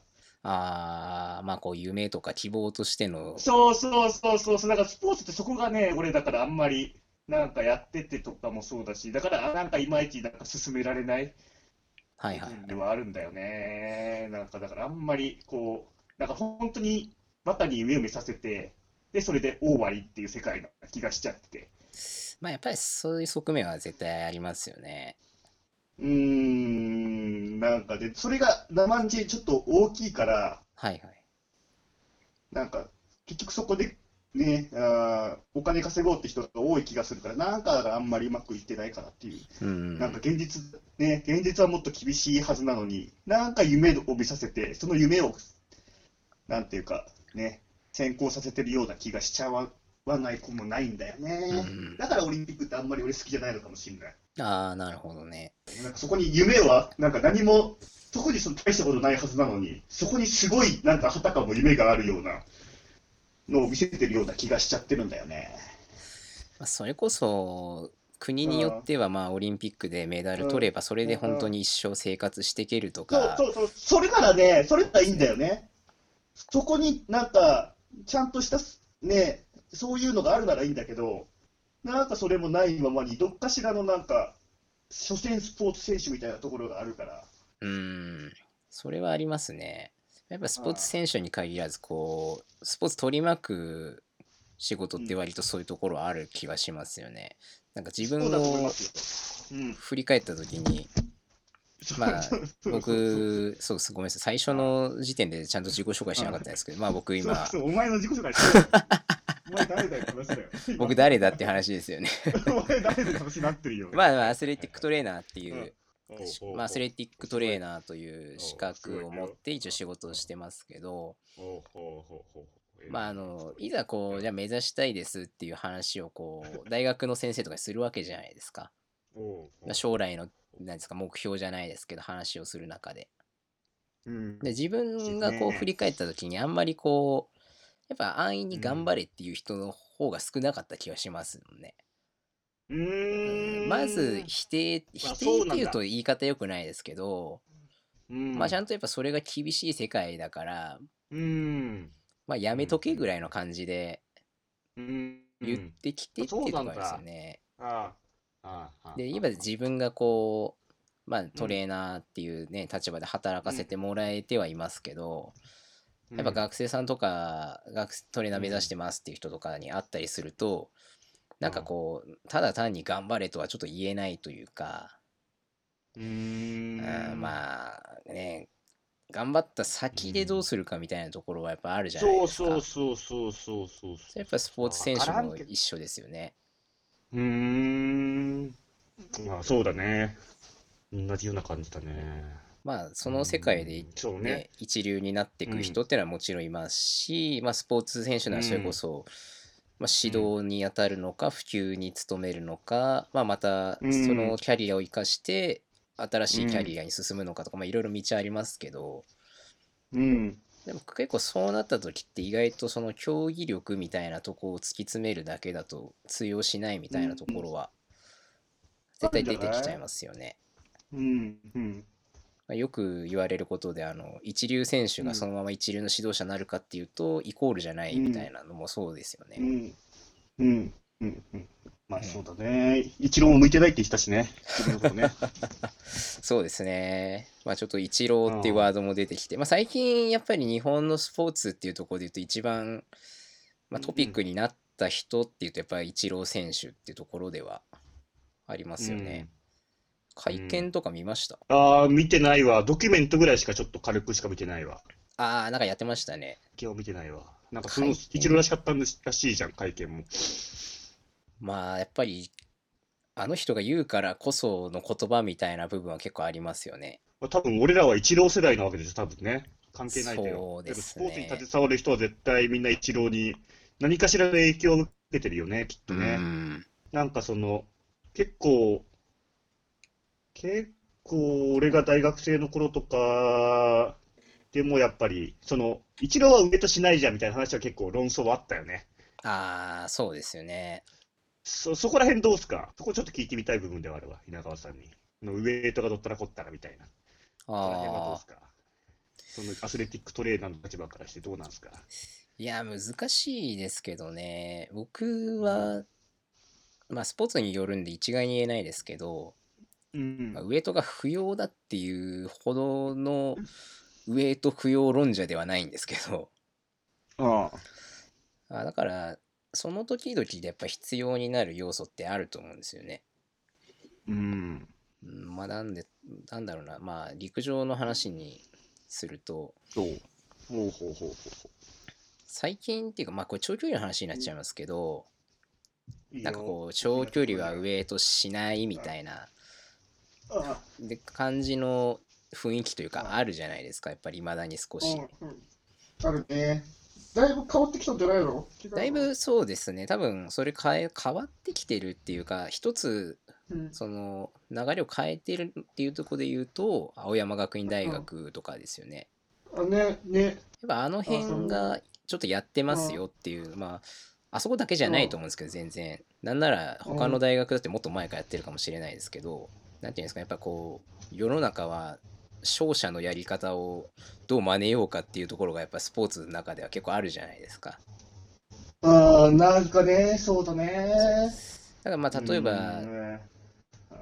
[SPEAKER 1] ああまあこう夢とか希望としての
[SPEAKER 2] そうそうそうそうそう、だからスポーツってそこがね、俺だからあんまり、なんかやっててとかもそうだし、だからあなんかいまいちなんか進められない
[SPEAKER 1] はいはい。
[SPEAKER 2] ではあるんだよね。なんかだからあんまりこう、なんか本当にバカに夢を見させて、で、それで終わりっていう世界な気がしちゃって。
[SPEAKER 1] まあやっぱりそういう側面は絶対ありますよね。
[SPEAKER 2] うーん、なんかで、それが生んじちょっと大きいから、
[SPEAKER 1] はいはい。
[SPEAKER 2] なんか、結局そこで、ね、あーお金稼ごうって人が多い気がするから、なんかあんまりうまくいってないかなっていう、
[SPEAKER 1] うん。
[SPEAKER 2] なんか現実、
[SPEAKER 3] ね、現実はもっと厳しいはずなのに、なんか夢を帯びさせて、その夢を、なんていうか、ね、先行させてるような気がしちゃわない子もないんだよね。
[SPEAKER 1] うん
[SPEAKER 3] だからオリンピックってあんまり俺好きじゃないのかもしれない。
[SPEAKER 1] ああ、なるほどね。
[SPEAKER 3] なんかそこに夢は、なんか何も、特にその大したことないはずなのに、そこにすごい、なんかはたかも夢があるようなのを見せてるような気がしちゃってるんだよね。
[SPEAKER 1] まあ、それこそ、国によってはまあオリンピックでメダル取ればそれで本当に一生生活していけると
[SPEAKER 3] そう
[SPEAKER 1] か、
[SPEAKER 3] そうそう、それならね、それならいいんだよね。そこになんか、ちゃんとした、ね、そういうのがあるならいいんだけど、なんかそれもないままに、どっかしらのなんか、所詮スポーツ選手みたいなところがあるから。
[SPEAKER 1] うーん、それはありますね。やっぱスポーツ選手に限らず、こう、スポーツ取り巻く仕事って割とそういうところある気はしますよね。なんか自分
[SPEAKER 3] そうだと思いま
[SPEAKER 1] を
[SPEAKER 3] すよ。うん。
[SPEAKER 1] 振り返った時に、まあ、僕、そうです、ごめんなさい、最初の時点でちゃんと自己紹介しなかったんですけど、まあ 僕今、
[SPEAKER 3] そうそう、お前の自己紹介してよお前誰だよって話 だよ。
[SPEAKER 1] 僕誰だって話ですよね。
[SPEAKER 3] お前誰だって話になってるよ。、
[SPEAKER 1] まあまあ、アスレティックトレーナーっていううん
[SPEAKER 3] おう
[SPEAKER 1] まあ、アスレティックトレーナーとい
[SPEAKER 2] お
[SPEAKER 1] う
[SPEAKER 2] う
[SPEAKER 1] 資格を持っ
[SPEAKER 2] すごい
[SPEAKER 1] て一応仕事をしてますけど、
[SPEAKER 2] ほうほうほうほう
[SPEAKER 1] まあ、あの、いざこう、じゃあ目指したいですっていう話を こう、大学の先生とかにするわけじゃないですか。
[SPEAKER 2] おうおう
[SPEAKER 1] まあ将来の、なんですか、目標じゃないですけど、話をする中で。
[SPEAKER 3] うん
[SPEAKER 1] で、自分がこう、
[SPEAKER 3] ね
[SPEAKER 1] 振り返った時に、あんまりこう、やっぱ安易に頑張れっていう人の方が少なかった気がしますもんね。
[SPEAKER 3] うーん
[SPEAKER 1] まず、否定、否定っていうと言い方良くないですけど、まあちゃ
[SPEAKER 3] ん
[SPEAKER 1] んとやっぱそれが厳しい世界だから、
[SPEAKER 3] うん。
[SPEAKER 1] まあやめとけぐらいの感じで
[SPEAKER 3] うん。
[SPEAKER 1] 言ってきてっていうところですよね。
[SPEAKER 2] ああああああ
[SPEAKER 1] で、今自分がこう、まあトレーナーっていうね、立場で働かせてもらえてはいますけど、やっぱ学生さんとか、学トレーナー目指してますっていう人とかに会ったりすると、なんかこう、ただ単に頑張れとはちょっと言えないというか、
[SPEAKER 3] うー。
[SPEAKER 1] うんんまあね、頑張った先でどうするかみたいなところはやっぱあるじゃないで
[SPEAKER 2] そう
[SPEAKER 1] すか。
[SPEAKER 2] そうそうそうそうそう
[SPEAKER 1] それやっぱスポーツ選
[SPEAKER 2] わ
[SPEAKER 1] 手
[SPEAKER 2] からん
[SPEAKER 1] も
[SPEAKER 2] けど
[SPEAKER 1] 一緒ですよね。
[SPEAKER 2] うーんまあそうだね同じような感じだね
[SPEAKER 1] まあその世界で、
[SPEAKER 2] うんそうね
[SPEAKER 1] ね、一流になっていく人ってのはもちろんいますし、まあ、スポーツ選手ならそれこそ、まあ、指導に当たるのか普及に努めるのか、まあ、またそ
[SPEAKER 3] うん
[SPEAKER 1] のキャリアを生かして新しいキャリアに進むのかとか、まあ、いろいろ道ありますけど
[SPEAKER 3] うん。
[SPEAKER 1] でも結構そうなった時って意外とその競技力みたいなとこを突き詰めるだけだと通用しないみたいなところは絶対出てきちゃいますよね。
[SPEAKER 3] うん。うん。
[SPEAKER 1] まあよく言われることであの一流選手
[SPEAKER 3] う
[SPEAKER 1] が
[SPEAKER 3] ん
[SPEAKER 1] そのまま一流の指導者になるかっていうと、イコールじゃないみたいなのもそうですよね。
[SPEAKER 3] うん。うん。うん。うん。まあそうだね。一郎も向いてないって言ってたしね。自分の ことね。
[SPEAKER 1] そうですね。まあちょっと一郎っていうワードも出てきて、まあ最近やっぱり日本のスポーツっていうところで言うと一番、まあ、トピックになった人っていうとやっぱり一郎選手っていうところではありますよね。会見とか見ました、
[SPEAKER 2] うんああ見てないわドキュメントぐらいしかちょっと軽くしか見てないわ
[SPEAKER 1] ああ、なんかやってましたね。
[SPEAKER 2] 今日見てないわなんかその
[SPEAKER 1] 会見
[SPEAKER 2] 一郎らしかったんですらしいじゃん会見も
[SPEAKER 1] まあやっぱりあの人が言うからこその言葉みたいな部分は結構ありますよね。
[SPEAKER 2] まあ多分俺らは一郎世代なわけでしょ、多分ね。関係ないけど。
[SPEAKER 1] そうです
[SPEAKER 2] け
[SPEAKER 1] ね
[SPEAKER 2] どスポーツに携わる人は絶対みんな一郎に何かしらの影響を受けてるよね、きっとね。
[SPEAKER 1] うん
[SPEAKER 2] なんかその、結構、結構俺が大学生の頃とかでもやっぱり、その、一郎は上としないじゃんみたいな話は結構論争はあったよね。
[SPEAKER 1] ああ、そうですよね。
[SPEAKER 2] そ、そこら辺どうすかそこちょっと聞いてみたい部分ではあるわ、稲川さんに。の上とかどったらこったらみたいな。その辺はどう
[SPEAKER 1] あ
[SPEAKER 2] す
[SPEAKER 1] あ。
[SPEAKER 2] かそのアスレティックトレーナーの立場からしてどうなんですか
[SPEAKER 1] いや、難しいですけどね。僕は、まあ、スポーツによるんで一概に言えないですけど、
[SPEAKER 3] うん
[SPEAKER 1] まあ、。ウエイトが不要だっていうほどのウエイト不要論者ではないんですけど、
[SPEAKER 3] ああ。
[SPEAKER 1] あだから、その時々でやっぱ必要になる要素ってあると思うんですよね。
[SPEAKER 3] うん。
[SPEAKER 1] うんまあ、なんで、なんだろうな、まあ、陸上の話にすると、
[SPEAKER 3] そう。ほうほうほうほ
[SPEAKER 1] 最近っていうか、まあ、これ長距離の話になっちゃいますけど、
[SPEAKER 3] う。
[SPEAKER 1] なんかこう長距離はウエイトしないみたいな
[SPEAKER 2] あ
[SPEAKER 1] で感じの雰囲気というかあるじゃないですかやっぱりいまだに少し
[SPEAKER 4] うんうんあるね。だいぶ変わってきたんじゃないの違うの
[SPEAKER 1] だいぶそうですね多分それ変え変わってきてるっていうか一つ
[SPEAKER 4] うん
[SPEAKER 1] その流れを変えてるっていうところで言うと青山学院大学とかですよね
[SPEAKER 4] あね、ね、
[SPEAKER 1] やっぱあの辺がちょっとやってますよっていうまああそこだけじゃないと思うんですけど全然なんなら他の大学だってもっと前からやってるかもしれないですけどなんていうんですかやっぱこう世の中は勝者のやり方をどう真似ようかっていうところがやっぱスポーツの中では結構あるじゃないですか。
[SPEAKER 4] あーなんかね、そうだね。
[SPEAKER 1] だからまあ例えば
[SPEAKER 2] うんね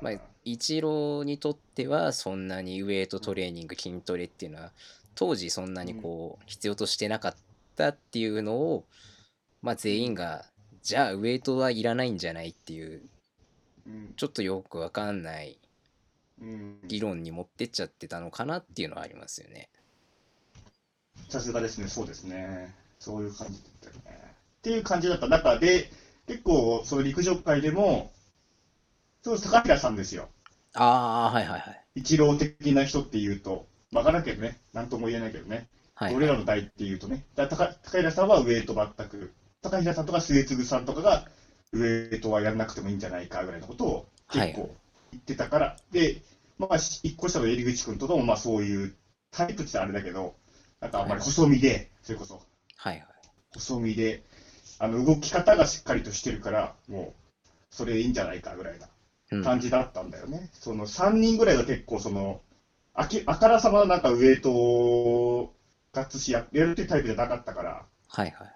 [SPEAKER 1] まあ、イチローにとってはそんなにウエイトトレーニング筋トレっていうのは当時そんなにこう必要としてなかったっていうのを、まあ、全員がじゃあウエイトはいらないんじゃないっていう
[SPEAKER 2] うん
[SPEAKER 1] ちょっとよくわかんない
[SPEAKER 2] うん
[SPEAKER 1] 議論に持ってっちゃってたのかなっていうのはありますよね。
[SPEAKER 2] さすがですね、そうですね。そういう感じだったよね。っていう感じだった中で、結構、その陸上界でも、そう高平さんですよ。
[SPEAKER 1] ああはいはいはい。
[SPEAKER 2] 一郎的な人っていうと、わからんけどね、なんとも言えないけどね、
[SPEAKER 1] はい、
[SPEAKER 2] 俺らの代っていうとね、だから高高平さんはウエイト全く、高平さんとか末次さんとかが、ウエイトはやらなくてもいいんじゃないかぐらいのことを
[SPEAKER 1] はい
[SPEAKER 2] 結構言ってたから、で、まあ、し一個下の入口君とかも、まあそういうタイプってあれだけど、なんかあんまり細身で、それこそ、
[SPEAKER 1] はいはい。
[SPEAKER 2] 細身で、あの動き方がしっかりとしてるから、もう、それいいんじゃないかぐらいな。
[SPEAKER 1] うん、
[SPEAKER 2] 感じだったんだよね。その3人ぐらいが結構その、あきあからさまなんかウエイトをがっつしややるっていうタイプじゃなかったから、
[SPEAKER 1] はいはい。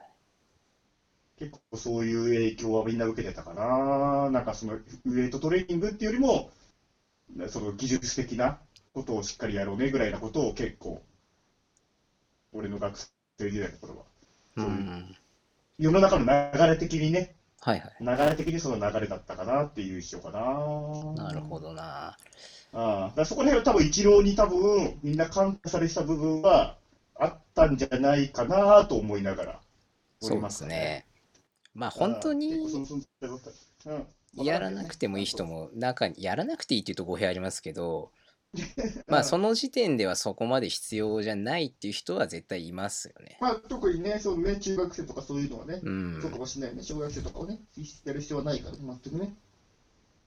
[SPEAKER 2] 結構そういう影響はみんな受けてたかな。なんかそのウエイトトレーニングっていうよりも、その技術的なことをしっかりやろうねぐらいなことを結構、俺の学生時代の頃は。
[SPEAKER 1] うんう、
[SPEAKER 2] そういうん世の中の流れ的にね、
[SPEAKER 1] はいはい。
[SPEAKER 2] 流れ的にその流れだったかなっていう印象かな。
[SPEAKER 1] なるほどな。
[SPEAKER 2] ああ、だからそこら辺は多分、一郎に多分、みんな感化されてた部分はあったんじゃないかなと思いながら、
[SPEAKER 1] そうですね。。まあ本当
[SPEAKER 2] ああ
[SPEAKER 1] に
[SPEAKER 2] 結構その存在だったうん
[SPEAKER 1] やらなくてもいい人
[SPEAKER 2] も。
[SPEAKER 1] も中にやらなくていいっていうと語弊ありますけど まあその時点ではそこまで必要じゃないっていう人は絶対いますよね。
[SPEAKER 4] まあ、特にね、そうね、中学生とかそういうのはね、
[SPEAKER 1] う
[SPEAKER 4] そうか
[SPEAKER 1] ん、
[SPEAKER 4] もしれないよね。小学生とかをね、やる必要はないから、ね、全くね。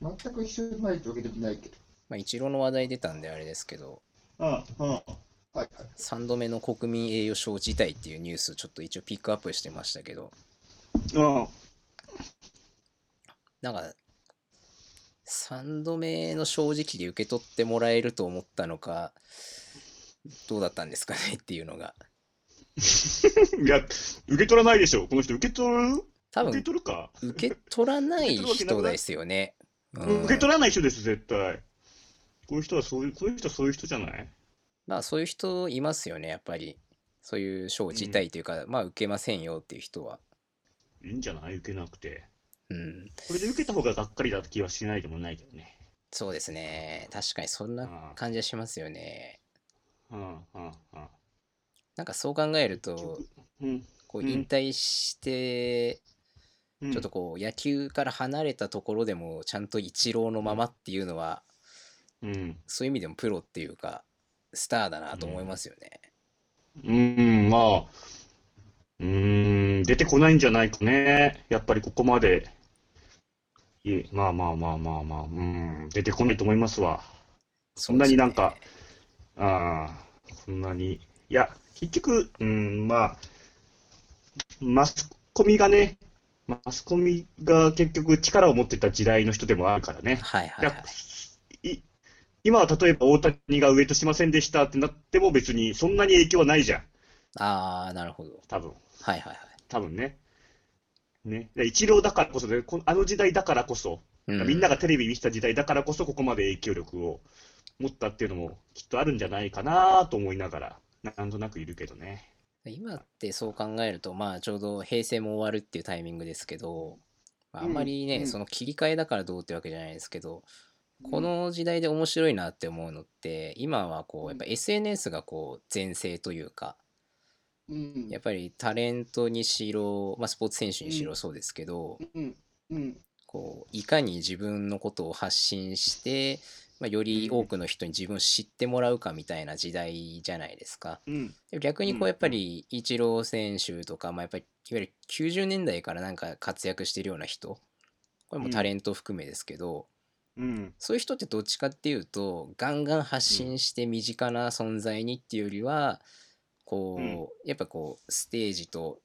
[SPEAKER 4] 全く必要ないってわけでもないけど。
[SPEAKER 1] まあ一郎の話題出たんであれですけど
[SPEAKER 2] ああ、ああ
[SPEAKER 4] はいはい。
[SPEAKER 1] 3度目の国民栄誉賞辞退っていうニュースちょっと一応ピックアップしてましたけど
[SPEAKER 3] あ
[SPEAKER 1] なんか3度目の正直で受け取ってもらえると思ったのかどうだったんですかねっていうのが
[SPEAKER 3] あ。いや、受け取らないでしょ。この人、受け取る
[SPEAKER 1] 多
[SPEAKER 3] 受け
[SPEAKER 1] 分
[SPEAKER 3] 取るか、
[SPEAKER 1] 受け取らな
[SPEAKER 3] 受け
[SPEAKER 1] い
[SPEAKER 3] 取るわけなく
[SPEAKER 1] 人
[SPEAKER 3] ない
[SPEAKER 1] ですよね。う
[SPEAKER 3] 受け
[SPEAKER 1] ん
[SPEAKER 3] 取らない人です、絶対。こういう人はそういう、こういう人はそういう人じゃない
[SPEAKER 1] まあそういう人いますよね、やっぱり。そういう賞自体というか、まあ受けませんよっていう人は。
[SPEAKER 3] いいんじゃない受けなくて。
[SPEAKER 1] うん。
[SPEAKER 3] これで受けた方ががっかりだった気はしないでもないけどね。
[SPEAKER 1] そうですね。確かにそん
[SPEAKER 3] う、
[SPEAKER 1] なん感じはしますよね。
[SPEAKER 3] うん、うん、うん。
[SPEAKER 1] なんかそう考えると、
[SPEAKER 3] うん
[SPEAKER 1] こう
[SPEAKER 3] うん
[SPEAKER 1] 引退して、
[SPEAKER 3] うん
[SPEAKER 1] ちょっとこう野球から離れたところでも、ちゃんと一郎のままっていうのは、
[SPEAKER 3] うん、
[SPEAKER 1] そういう意味でもプロっていうか、スターだなと思いますよね。
[SPEAKER 3] うん、まあ、うーん、出てこないんじゃないかね。やっぱりここまで。いえ、まあまあまあまあまあ、うん、出てこないと思いますわ。
[SPEAKER 1] そ
[SPEAKER 3] んなになんかああ、そんなに。いや、結局、うん、まあ、マスコミがね、マスコミが結局力を持ってた時代の人でもあるからね。
[SPEAKER 1] はいはいはい
[SPEAKER 3] や。い今は例えば大谷が上としませんでしたってなっても別にそんなに影響はないじゃん、
[SPEAKER 1] ああ、なるほど。
[SPEAKER 3] 多分
[SPEAKER 1] はいはいはい。
[SPEAKER 3] 多分ね。ね。で一郎だからこそね、このあの時代だからこそ、
[SPEAKER 1] う
[SPEAKER 3] みんながテレビ見てた時代だからこそ、ここまで影響力を持ったっていうのもきっとあるんじゃないかなと思いながら、なんとなくいるけどね。
[SPEAKER 1] 今ってそう考えると、まあ、ちょうど平成も終わるっていうタイミングですけど、まあ、あんまりね、
[SPEAKER 4] うんうん
[SPEAKER 1] その切り替えだからどうってわけじゃないですけど、この時代で面白いなって思うのって、今はこう、やっぱ SNS がこう、全盛というか、
[SPEAKER 4] うん。
[SPEAKER 1] やっぱりタレントにしろ、まあ、スポーツ選手にしろそうですけど、
[SPEAKER 4] うん。うん。
[SPEAKER 1] こういかに自分のことを発信してまあ、より多くの人に自分を知ってもらうかみたいな時代じゃないですか。
[SPEAKER 2] うん。
[SPEAKER 1] でも逆に
[SPEAKER 2] う
[SPEAKER 1] こ
[SPEAKER 2] ん
[SPEAKER 1] うやっぱりイチロー選手とか、まあ、やっぱりいわゆる90年代からなんか活躍してるような人これもタレント含めですけど、
[SPEAKER 2] うん。
[SPEAKER 1] そういう人ってどっちかっていうとガンガン発信して身近な存在にっていうよりはこう、
[SPEAKER 2] うん
[SPEAKER 1] やっぱこうステージと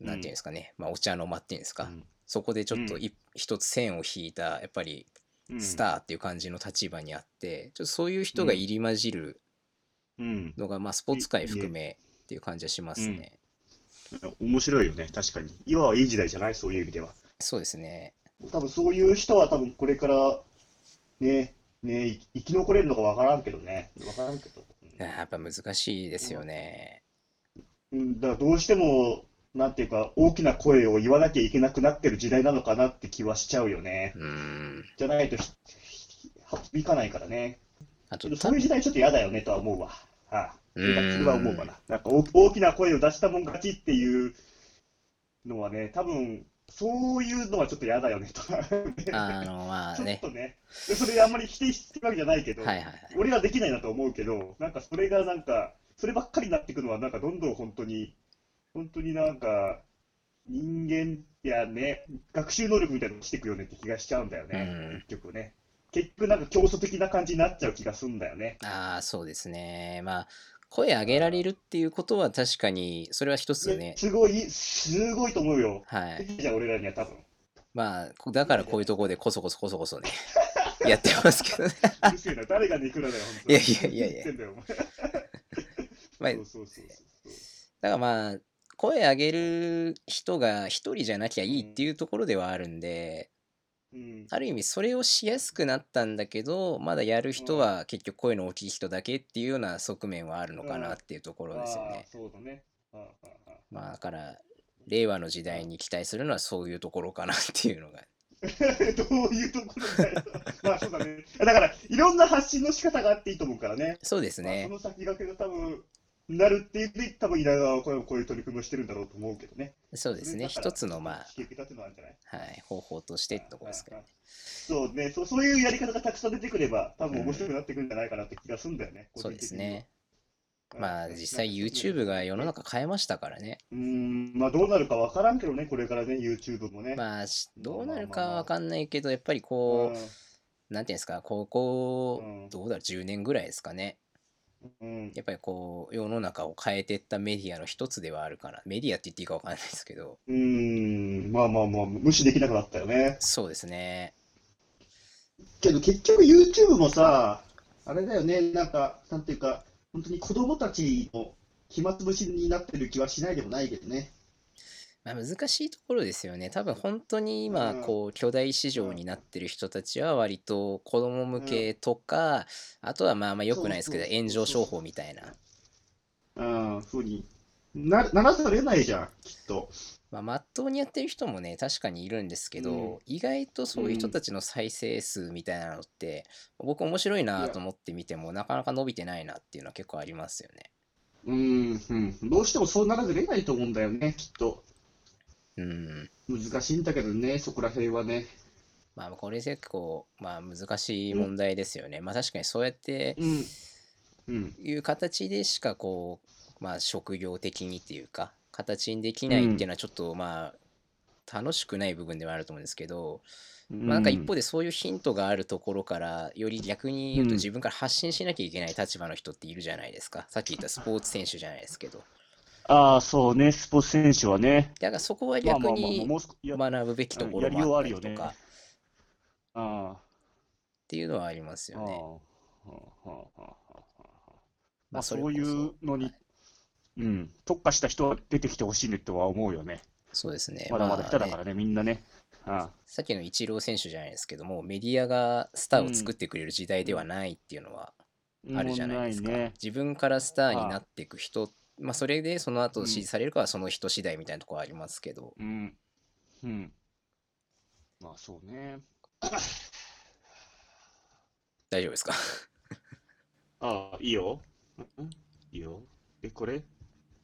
[SPEAKER 1] なんていうんですかね、まあ、お茶の間っていうんですか、そこでちょっとい一、つ線を引いたやっぱり
[SPEAKER 2] うん
[SPEAKER 1] スタ。ーっていう感じの立場にあって、ちょっとそういう人が入り混じる
[SPEAKER 2] うん。
[SPEAKER 1] のが、まあ、スポーツ界含めっていう感じはしますね。
[SPEAKER 2] うん面白いよね、確かに。今はいい時代じゃないそういう意味では。
[SPEAKER 1] そうですね。
[SPEAKER 2] 多分そういう人は多分これから、ね、ね、い生き残れるのかわからんけどね。わからんけど。
[SPEAKER 1] あーやっぱ難しいですよね。
[SPEAKER 2] うん、だからどうしても、なんていうか、大きな声を言わなきゃいけなくなってる時代なのかなって気はしちゃうよね。
[SPEAKER 1] うん。
[SPEAKER 2] じゃないとひ、響かないからね。
[SPEAKER 1] あ
[SPEAKER 2] ち
[SPEAKER 1] と
[SPEAKER 2] ょっとそういう時代ちょっと嫌だよねとは思うわ。ああ、そ
[SPEAKER 1] うん
[SPEAKER 2] れは思うかな。なんか大大きな声を出したもん勝ちっていうのはね、多分そういうのはちょっと嫌だよねと。
[SPEAKER 1] あのまあ
[SPEAKER 2] ちょっ
[SPEAKER 1] ね
[SPEAKER 2] とね、でそれあんまり否定してるわけじゃないけど、
[SPEAKER 1] はいはいはい。
[SPEAKER 2] 俺はできないなと思うけど、なんかそれがなんか、そればっかりになっていくのは、なんかどんどん本当に、本当になんか、人間やね、学習能力みたいなの落ちていくよねって気がしちゃうんだよね、
[SPEAKER 1] うん
[SPEAKER 2] 結局ね。結局なんか競争的な感じになっちゃう気がするんだよね。
[SPEAKER 1] ああ、そうですね。まあ、声上げられるっていうことは確かに、それは一つね
[SPEAKER 2] ね、すごい、すごいと思うよ。
[SPEAKER 1] はい。
[SPEAKER 2] じゃん、俺らには多分。
[SPEAKER 1] まあ、こだからこういうところでこそこそこそこそね、 やってますけどね。
[SPEAKER 2] うるせえな、誰が憎らだよ、本当
[SPEAKER 1] い
[SPEAKER 2] に。
[SPEAKER 1] やいやいやいや
[SPEAKER 2] 言ってんだよ、お前
[SPEAKER 1] まあ、だか
[SPEAKER 2] そうそうそうそう。
[SPEAKER 1] らまあ、声上げる人が一人じゃなきゃいいっていうところではあるんで、
[SPEAKER 2] うん、
[SPEAKER 1] ある意味それをしやすくなったんだけど、まだやる人は結局声の大きい人だけっていうような側面はあるのかなっていうところですよ
[SPEAKER 2] ああ
[SPEAKER 1] ね。
[SPEAKER 2] そうだね。ああああああ
[SPEAKER 1] まあ、だから、令和の時代に期待するのはそういうところかなっていうのが。
[SPEAKER 2] どういうところだよ。まあそうだね。だから、いろんな発信の仕方があっていいと思うからね。
[SPEAKER 1] そうです
[SPEAKER 2] まあ
[SPEAKER 1] ね
[SPEAKER 2] そ。の先駆けが多分、なるっていう意味で、多分稲川はこういうこういう取り組みをしてるんだろうと思うけどね。
[SPEAKER 1] そうですね。一つの、まあ、
[SPEAKER 2] 引き受けたっていうのはあるんじゃない
[SPEAKER 1] はい、方法としてってとこですけどね。
[SPEAKER 2] そうねそう、そういうやり方がたくさん出てくれば、多分面白くなってくるんじゃないかなって気がするんだよね。
[SPEAKER 1] そうですね。
[SPEAKER 2] 個人的には。
[SPEAKER 1] まあ、
[SPEAKER 2] うん
[SPEAKER 1] 実際 YouTube が世の。中変えましたからね。
[SPEAKER 2] うーん、まあどうなるかわからんけどね、これからね、YouTube もね。
[SPEAKER 1] まあ、しどうなる
[SPEAKER 2] まあ
[SPEAKER 1] か
[SPEAKER 2] まあまあ
[SPEAKER 1] わかんないけど、やっぱり
[SPEAKER 2] う
[SPEAKER 1] こ
[SPEAKER 2] ん
[SPEAKER 1] う、なんていうんですか、ここ
[SPEAKER 2] う、ん
[SPEAKER 1] どうだろう、10年ぐらいですかね。
[SPEAKER 2] うん、
[SPEAKER 1] やっぱりこう、世の中を変えてったメディアの一つではあるから、メディアって言っていいかわかんないですけど、
[SPEAKER 2] うーん、まあまあまあ、無視できなくなったよね。
[SPEAKER 1] そうですね。
[SPEAKER 2] けど結局 YouTube もさ、
[SPEAKER 4] あれだよね、なんか、なんていうか、本当に子供たちの暇つぶしになってる気はしないでもないけどね。
[SPEAKER 1] まあ、難しいところですよね。多分本当に今
[SPEAKER 2] うん
[SPEAKER 1] こう巨大市場になってる人たちは割と子供向けとか、あとはまあまあ良くないですけど
[SPEAKER 4] そうそう
[SPEAKER 1] 炎上商法みたいな。
[SPEAKER 4] うん、ふうになならされないじゃん、きっと。
[SPEAKER 1] まあ、まっとうにやってる人もね、確かにいるんですけど、
[SPEAKER 2] うん
[SPEAKER 1] 意外とそういう人たちの再生数みたいなのって、僕面白いなと思って見ても、なかなか伸びてないなっていうのは結構ありますよね。
[SPEAKER 4] うん、うん、どうしてもそうならずれないと思うんだよね、きっと。
[SPEAKER 1] うん。
[SPEAKER 4] 難しいんだけどね、そこら辺はね。
[SPEAKER 1] まあ、これ結構、まあ、難しい問題ですよね。まあ、確かにそうやって
[SPEAKER 4] うん。うん。
[SPEAKER 1] いう形でしか、こう、まあ、職業的にっていうか、形にできないっていうのはちょっと、まあ、楽しくない部分ではあると思うんですけど、まあ、なんか一方でそういうヒントがあるところからより逆に言う
[SPEAKER 4] うん
[SPEAKER 1] と自分から発信しなきゃいけない立場の人っているじゃないですか、さっき言ったスポーツ選手じゃないですけど
[SPEAKER 2] ああ、そうね、スポーツ選手はね、
[SPEAKER 1] だからそこは
[SPEAKER 2] まあま
[SPEAKER 1] 逆
[SPEAKER 2] あまあまあ、
[SPEAKER 1] に
[SPEAKER 2] もう少し、いや
[SPEAKER 1] 学ぶべきところ
[SPEAKER 2] うんやりよう
[SPEAKER 1] もあ
[SPEAKER 2] は
[SPEAKER 1] っ
[SPEAKER 2] あ
[SPEAKER 1] た
[SPEAKER 2] る
[SPEAKER 1] り
[SPEAKER 2] よ
[SPEAKER 1] と
[SPEAKER 2] ね
[SPEAKER 1] かっ
[SPEAKER 2] あ
[SPEAKER 1] ていうのはあります
[SPEAKER 2] あ、ああ、
[SPEAKER 1] よね。
[SPEAKER 2] ああ、ああ、ああ。
[SPEAKER 1] まあ
[SPEAKER 2] まあ、
[SPEAKER 1] そ
[SPEAKER 2] そ
[SPEAKER 1] れこ
[SPEAKER 2] う
[SPEAKER 1] そ
[SPEAKER 2] いうのに
[SPEAKER 1] は、
[SPEAKER 2] うん、特化した人は出てきてほしいねとは思うよね。
[SPEAKER 1] そうですね
[SPEAKER 2] まだまだ
[SPEAKER 1] まあ
[SPEAKER 2] 下手だ
[SPEAKER 1] ね
[SPEAKER 2] からね、みんなね。あ
[SPEAKER 1] さっきのイチロー選手じゃないですけどもメディアがスターを作ってくれる時代ではないっていうのは
[SPEAKER 2] あ、
[SPEAKER 1] あるじゃないですか、
[SPEAKER 2] もうね。
[SPEAKER 1] 自分からスターになっていく人まあそれでその後支持されるかはその人次第みたいなところはありますけど、
[SPEAKER 2] うん。うん。まあ、そうね。
[SPEAKER 1] 大丈夫です か
[SPEAKER 2] ああ、いいよ。んいいよ。え、これ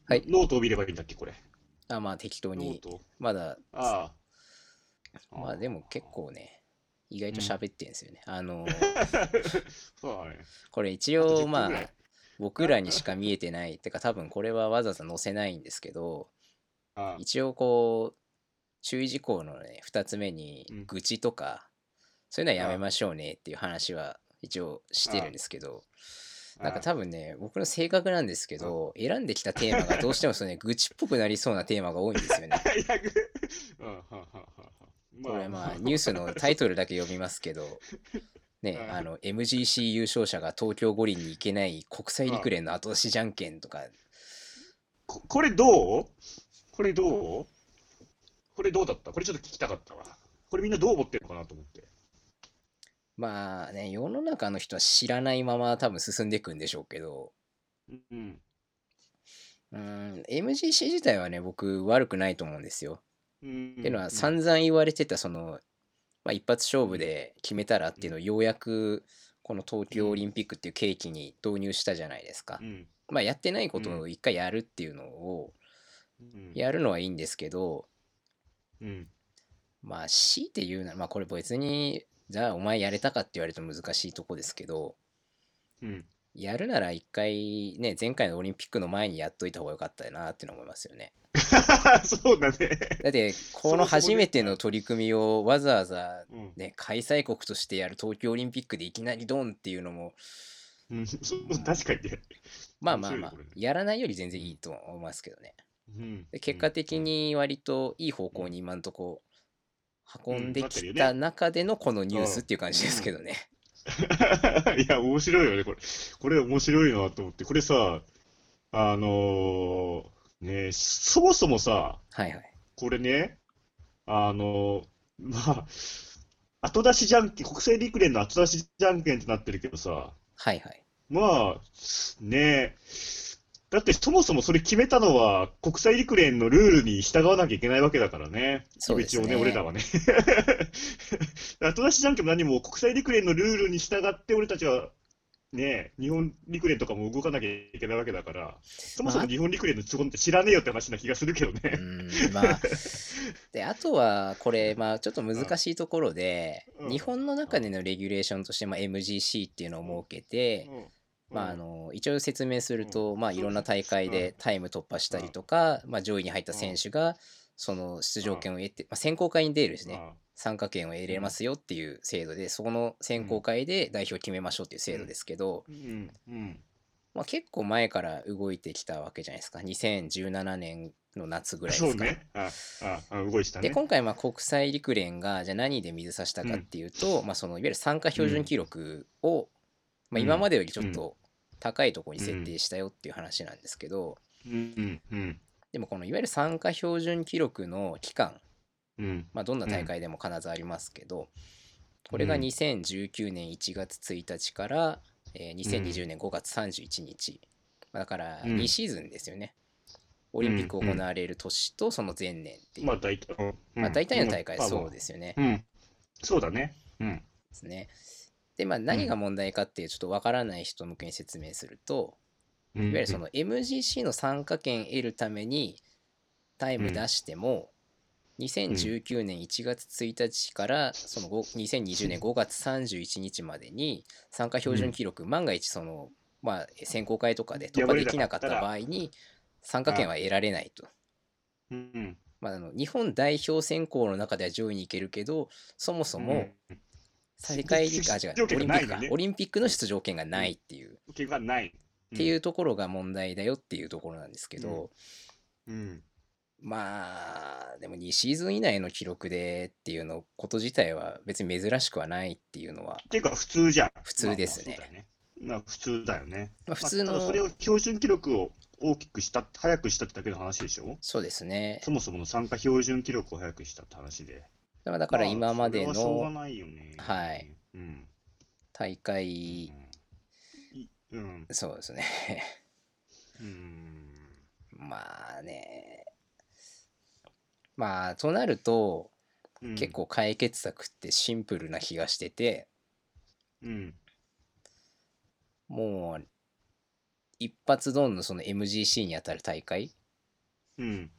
[SPEAKER 1] はい
[SPEAKER 2] ノートを見ればいいんだっけ、これ。
[SPEAKER 1] あまあ適当
[SPEAKER 2] ノー
[SPEAKER 1] に
[SPEAKER 2] ト。
[SPEAKER 1] まだ
[SPEAKER 2] ああ。
[SPEAKER 1] まあでも結構ね、意外と喋ってんですよね。あ のー、
[SPEAKER 2] そうだね。
[SPEAKER 1] これ一
[SPEAKER 2] あと10
[SPEAKER 1] 応
[SPEAKER 2] 分
[SPEAKER 1] まあ
[SPEAKER 2] ぐらい
[SPEAKER 1] 僕らにしか見えてないってか多分これはわざわざ載せないんですけど
[SPEAKER 2] あ
[SPEAKER 1] 一応こう注意事項のね2つ目に
[SPEAKER 2] うん
[SPEAKER 1] 愚痴とかそういうのはやめましょうねっていう話は一応してるんですけど
[SPEAKER 2] あ
[SPEAKER 1] なんか多分ね僕の性格なんですけど選んできたテーマがどうしても そうね愚痴っぽくなりそうなテーマが多いんですよね。
[SPEAKER 2] いやぐうん、はははは
[SPEAKER 1] これまあニュースのタイトルだけ読みますけどね
[SPEAKER 2] うん
[SPEAKER 1] あの MGC 優勝者が東京五輪に行けない国際陸連の後押しじゃんけんとか
[SPEAKER 2] ここれどうこれどうこれどうだったこれちょっと聞きたかったわ。これみんなどう思ってるのかなと思って。
[SPEAKER 1] まあね世の中の人は知らないまま多分進んでいくんでしょうけど
[SPEAKER 2] うん。
[SPEAKER 1] うーん MGC 自体はね僕悪くないと思うんですよ。
[SPEAKER 2] うん
[SPEAKER 1] っていうのは散々言われてたその、まあ、一発勝負で決めたらっていうのをようやくこの東京オリンピックっていう契機に導入したじゃないですか
[SPEAKER 2] う。ん。
[SPEAKER 1] まあやってないことを一回やるっていうのを
[SPEAKER 2] うん
[SPEAKER 1] やるのはいいんですけど、
[SPEAKER 2] うん。
[SPEAKER 1] まあ強いて言うならまあこれ別にじゃあお前やれたかって言われると難しいとこですけど
[SPEAKER 2] うん。
[SPEAKER 1] やるなら一回ね前回のオリンピックの前にやっといた方が良かったなっていうのは思いますよね。
[SPEAKER 2] そうだね。
[SPEAKER 1] だってこの初めての取り組みをわざわざ
[SPEAKER 2] うん
[SPEAKER 1] ね開催国としてやる東京オリンピックでいきなりドンっていうのも
[SPEAKER 2] うん。そう確かにね。
[SPEAKER 1] まあまあまあ
[SPEAKER 2] 面白いねこれ
[SPEAKER 1] やらないより全然いいとは思いますけどね。
[SPEAKER 2] うん
[SPEAKER 1] で結果的に割といい方向に今んとこ運んで
[SPEAKER 2] うんなってる
[SPEAKER 1] き
[SPEAKER 2] よね
[SPEAKER 1] た中でのこのニュースっていう感じですけどね。
[SPEAKER 2] いや、面白いよね、これ。これ面白いなと思って。これさ、あのーね、そもそもさ、
[SPEAKER 1] はいはい。
[SPEAKER 2] これね、あのーまあ、後出しじゃんけん、国際陸連の後出しじゃんけんってなってるけどさ、
[SPEAKER 1] はいはい。
[SPEAKER 2] まあ、ね、だってそもそもそれ決めたのは、国際陸連のルールに従わなきゃいけないわけだからね。
[SPEAKER 1] そうですね
[SPEAKER 2] 一応ね、俺らはね。 後出しじゃんけんも何も国際陸連のルールに従って俺たちは、ね、日本陸連とかも動かなきゃいけないわけだから、そもそも日本陸連の基本って知らねえよって話な気がするけど
[SPEAKER 1] う
[SPEAKER 2] ね。
[SPEAKER 1] ーんま あであとはこれまあちょっと難しいところで
[SPEAKER 2] うん
[SPEAKER 1] 日本の中でのレギュレーションとしてまあ MGC っていうのを設けてまああの一応説明するとまあいろんな大会でタイム突破したりとかまあ上位に入った選手がその出場権を得てまあ選考会に出るですね
[SPEAKER 2] あ
[SPEAKER 1] 参加権を得れますよっていう制度でそこの選考会で代表を決めましょうっていう制度ですけど
[SPEAKER 2] うん、うん、
[SPEAKER 1] まあ結構前から動いてきたわけじゃないですか2017年の夏ぐらいで
[SPEAKER 2] そう
[SPEAKER 1] すかね。
[SPEAKER 2] ね。あ、あ、あ動いてた
[SPEAKER 1] で
[SPEAKER 2] ね。
[SPEAKER 1] 今回まあ国際陸連がじゃあ何で水差したかっていうと、まあ、そのいわゆる参加標準記録を、まあ、今までよりちょっと高いところに設定したよっていう話なんですけど、
[SPEAKER 2] うん、うん、
[SPEAKER 1] でもこのいわゆる参加標準記録の期間、
[SPEAKER 2] うん、
[SPEAKER 1] まあ、どんな大会でも必ずありますけど、これが2019年1月1日から、えー2020年5月31日、まあだから
[SPEAKER 2] うん
[SPEAKER 1] 2シーズンですよね。オリンピック行われる年とその前年っていう、
[SPEAKER 2] まあ大体、うん
[SPEAKER 1] まあ、大体の大会はそう
[SPEAKER 2] す
[SPEAKER 1] ですよね。
[SPEAKER 2] うん。そうだね。うん。
[SPEAKER 1] ですね。で、まあ、何が問題かっていうちょっとわからない人向けに説明すると、
[SPEAKER 2] いわ
[SPEAKER 1] いわゆるそ、の MGC の参加権得るためにタイム出しても、2019年1月1日からその5 2020年5月31日までに参加標準記録、万が一その、まあ、選考会とかで突破できなかった場合に参加権は得られないと。
[SPEAKER 2] うん。
[SPEAKER 1] まあ、あの日本代表選考の中では上位に行けるけどそもそも、
[SPEAKER 2] うん、
[SPEAKER 1] 世界陸あ違うオリ
[SPEAKER 2] 出場権
[SPEAKER 1] ンピッ
[SPEAKER 2] が
[SPEAKER 1] ク
[SPEAKER 2] ない
[SPEAKER 1] か
[SPEAKER 2] のね
[SPEAKER 1] オリンピックの出場権がないっていう、
[SPEAKER 2] 受けがない。。
[SPEAKER 1] っていううところが問題だよっていうところなんですけど、
[SPEAKER 2] うん。
[SPEAKER 1] まあでも2シーズン以内の記録でっていうのこと自体は別に珍しくはないっていうのは、
[SPEAKER 2] っていうか、普通じゃん。
[SPEAKER 1] 普通ですね
[SPEAKER 2] まあまあそうだよまあ、普通だよね。
[SPEAKER 1] まあ、普通
[SPEAKER 2] まあただ
[SPEAKER 1] の
[SPEAKER 2] それを標準記録を大きくした、早くしたってだけの話でしょ
[SPEAKER 1] そうですね
[SPEAKER 2] そもそもの参加標準記録を早くしたって話で。
[SPEAKER 1] だからだから今まで
[SPEAKER 2] あそれはしょうが
[SPEAKER 1] の
[SPEAKER 2] ないよね。
[SPEAKER 1] はい。
[SPEAKER 2] うん。
[SPEAKER 1] 大会
[SPEAKER 2] いうん。
[SPEAKER 1] そうですね
[SPEAKER 2] うん。
[SPEAKER 1] まあねまあとなると
[SPEAKER 2] うん
[SPEAKER 1] 結。構解決策ってシンプルな気がしてて、
[SPEAKER 2] うん。
[SPEAKER 1] もう一発ドンのその MGC にあたる大会
[SPEAKER 2] うん。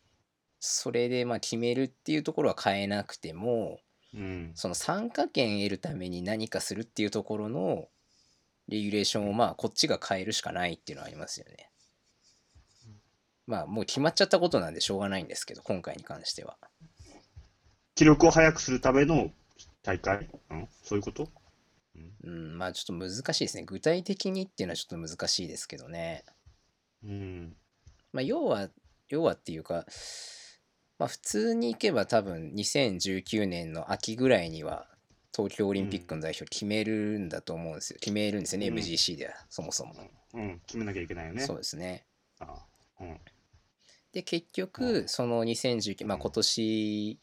[SPEAKER 1] それでまあ決めるっていうところは変えなくても
[SPEAKER 2] ううん。
[SPEAKER 1] その参加権得るために何かするっていうところのレギュレーションをまあこっちが変えるしかないっていうのはありますよね。まあもう決まっちゃったことなんでしょうがないんですけど今回に関しては。
[SPEAKER 2] 記録を速くするための大会、うん、そういうこと
[SPEAKER 1] うんまあちょっと難しいですね。具体的にっていうのはちょっと難しいですけどね。
[SPEAKER 2] うん。
[SPEAKER 1] まあ要は要はっていうかまあ普通に行けば多分2019年の秋ぐらいには東京オリンピックの代表決めるんだと思うんですよ。決めるんですよね
[SPEAKER 2] うん
[SPEAKER 1] MGC ではそもそも。
[SPEAKER 2] うん。決めなきゃいけないよね。
[SPEAKER 1] そうですね。
[SPEAKER 2] あうん。
[SPEAKER 1] で結
[SPEAKER 2] う
[SPEAKER 1] 局その2019、まあ、
[SPEAKER 2] うん
[SPEAKER 1] 今年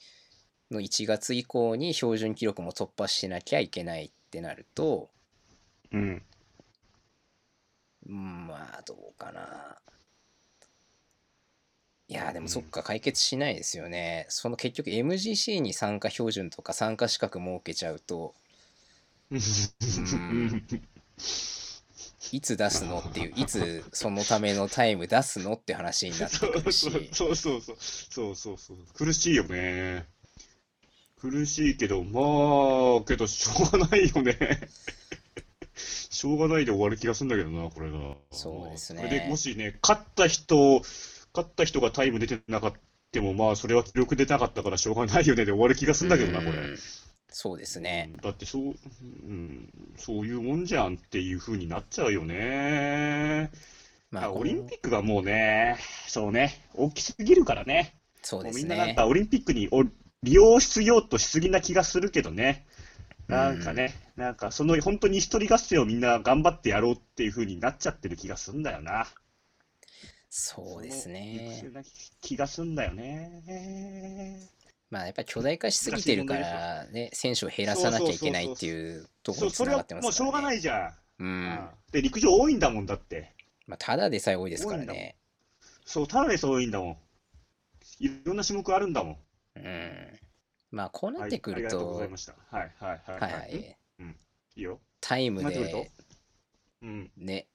[SPEAKER 1] の1月以降に標準記録も突破しなきゃいけないってなると
[SPEAKER 2] うん。
[SPEAKER 1] うんまあどうかないやーでもそっか解決しないですよねその結局 MGC に参加標準とか参加資格設けちゃうとんいつ出すのって いういつそのためのタイム出すのって話になってくるし
[SPEAKER 2] そうそうそうそうそうそう苦しいよね苦しいけどまあけどしょうがないよねしょうがないで終わる気がするんだけどなこれが
[SPEAKER 1] そうですね
[SPEAKER 2] これでもしね勝った人勝った人がタイム出てなかったもまあそれは記録出なかったからしょうがないよねで終わる気がするんだけどなこれ
[SPEAKER 1] うんそうですね
[SPEAKER 2] うんだってそう、うん、そういうもんじゃんっていう風になっちゃうよね
[SPEAKER 1] まあ
[SPEAKER 2] オリンピックがもうね、そうね、大きすぎるからね、
[SPEAKER 1] そうで
[SPEAKER 2] もうみ
[SPEAKER 1] す
[SPEAKER 2] んななん
[SPEAKER 1] ね
[SPEAKER 2] かオリンピックにお利用しようとしすぎな気がするけどね、なんかね、なんかその本当に一人合戦をみんな頑張ってやろうっていう風になっちゃってる気がするんだよな。
[SPEAKER 1] そうですね
[SPEAKER 2] その一緒な気がするんだよね。
[SPEAKER 1] まあやっぱり巨大化しすぎてるからね、選手を減らさなきゃいけないっていうところ
[SPEAKER 2] そう
[SPEAKER 1] につ
[SPEAKER 2] そ
[SPEAKER 1] な
[SPEAKER 2] れ
[SPEAKER 1] がっ
[SPEAKER 2] は
[SPEAKER 1] てま
[SPEAKER 2] もう
[SPEAKER 1] す
[SPEAKER 2] し
[SPEAKER 1] か
[SPEAKER 2] ょうが
[SPEAKER 1] ら
[SPEAKER 2] な
[SPEAKER 1] ね。
[SPEAKER 2] いじゃん。
[SPEAKER 1] うん。
[SPEAKER 2] で、陸上多いんだもんだって。
[SPEAKER 1] まあただでさえ多いですから
[SPEAKER 2] 多いんだもん
[SPEAKER 1] ね。
[SPEAKER 2] そう、ただでそう多いんだもん。いろんな種目あるんだもん。
[SPEAKER 1] うん。まあこうな
[SPEAKER 2] は
[SPEAKER 1] っ
[SPEAKER 2] い
[SPEAKER 1] てく
[SPEAKER 2] あり
[SPEAKER 1] る
[SPEAKER 2] がとうご
[SPEAKER 1] と、
[SPEAKER 2] ざいました。はいはいはい
[SPEAKER 1] はい
[SPEAKER 2] は。
[SPEAKER 1] はい
[SPEAKER 2] ん
[SPEAKER 1] い、
[SPEAKER 2] いいよ。
[SPEAKER 1] タイム
[SPEAKER 2] なってくると
[SPEAKER 1] で
[SPEAKER 2] うん。
[SPEAKER 1] ね、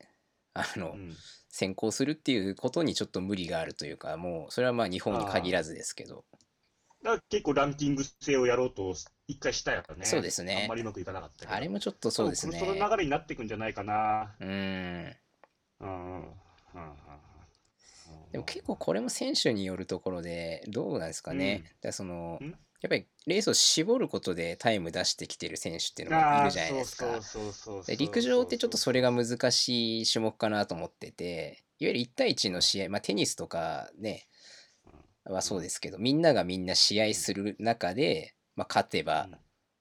[SPEAKER 1] あ
[SPEAKER 2] う
[SPEAKER 1] の、
[SPEAKER 2] ん
[SPEAKER 1] 先行するっていうことにちょっと無理があるというか、もうそれはまあ日本に限らずですけど、
[SPEAKER 2] だから結構ランキング制をやろうと一回したやからね。
[SPEAKER 1] そうですね
[SPEAKER 2] あんまりうまくいかなかったけど
[SPEAKER 1] あれもちょっとそうですね
[SPEAKER 2] 多。分その流れになっていくんじゃないかな。
[SPEAKER 1] うん。
[SPEAKER 2] うん。うん
[SPEAKER 1] でも結構、これも選手によるところでどうなんですかね。
[SPEAKER 2] うん
[SPEAKER 1] だからその
[SPEAKER 2] ん
[SPEAKER 1] やっぱりレースを絞ることでタイム出してきてる選手っていうの
[SPEAKER 2] あ
[SPEAKER 1] がい
[SPEAKER 2] あ
[SPEAKER 1] るじゃないですか。
[SPEAKER 2] そうそうそうそう
[SPEAKER 1] で陸上ってちょっとそれが難しい種目かなと思ってていわゆる1対1の試合、まあ、テニスとかねはそうですけどみんながみんな試合する中で、まあ、勝てば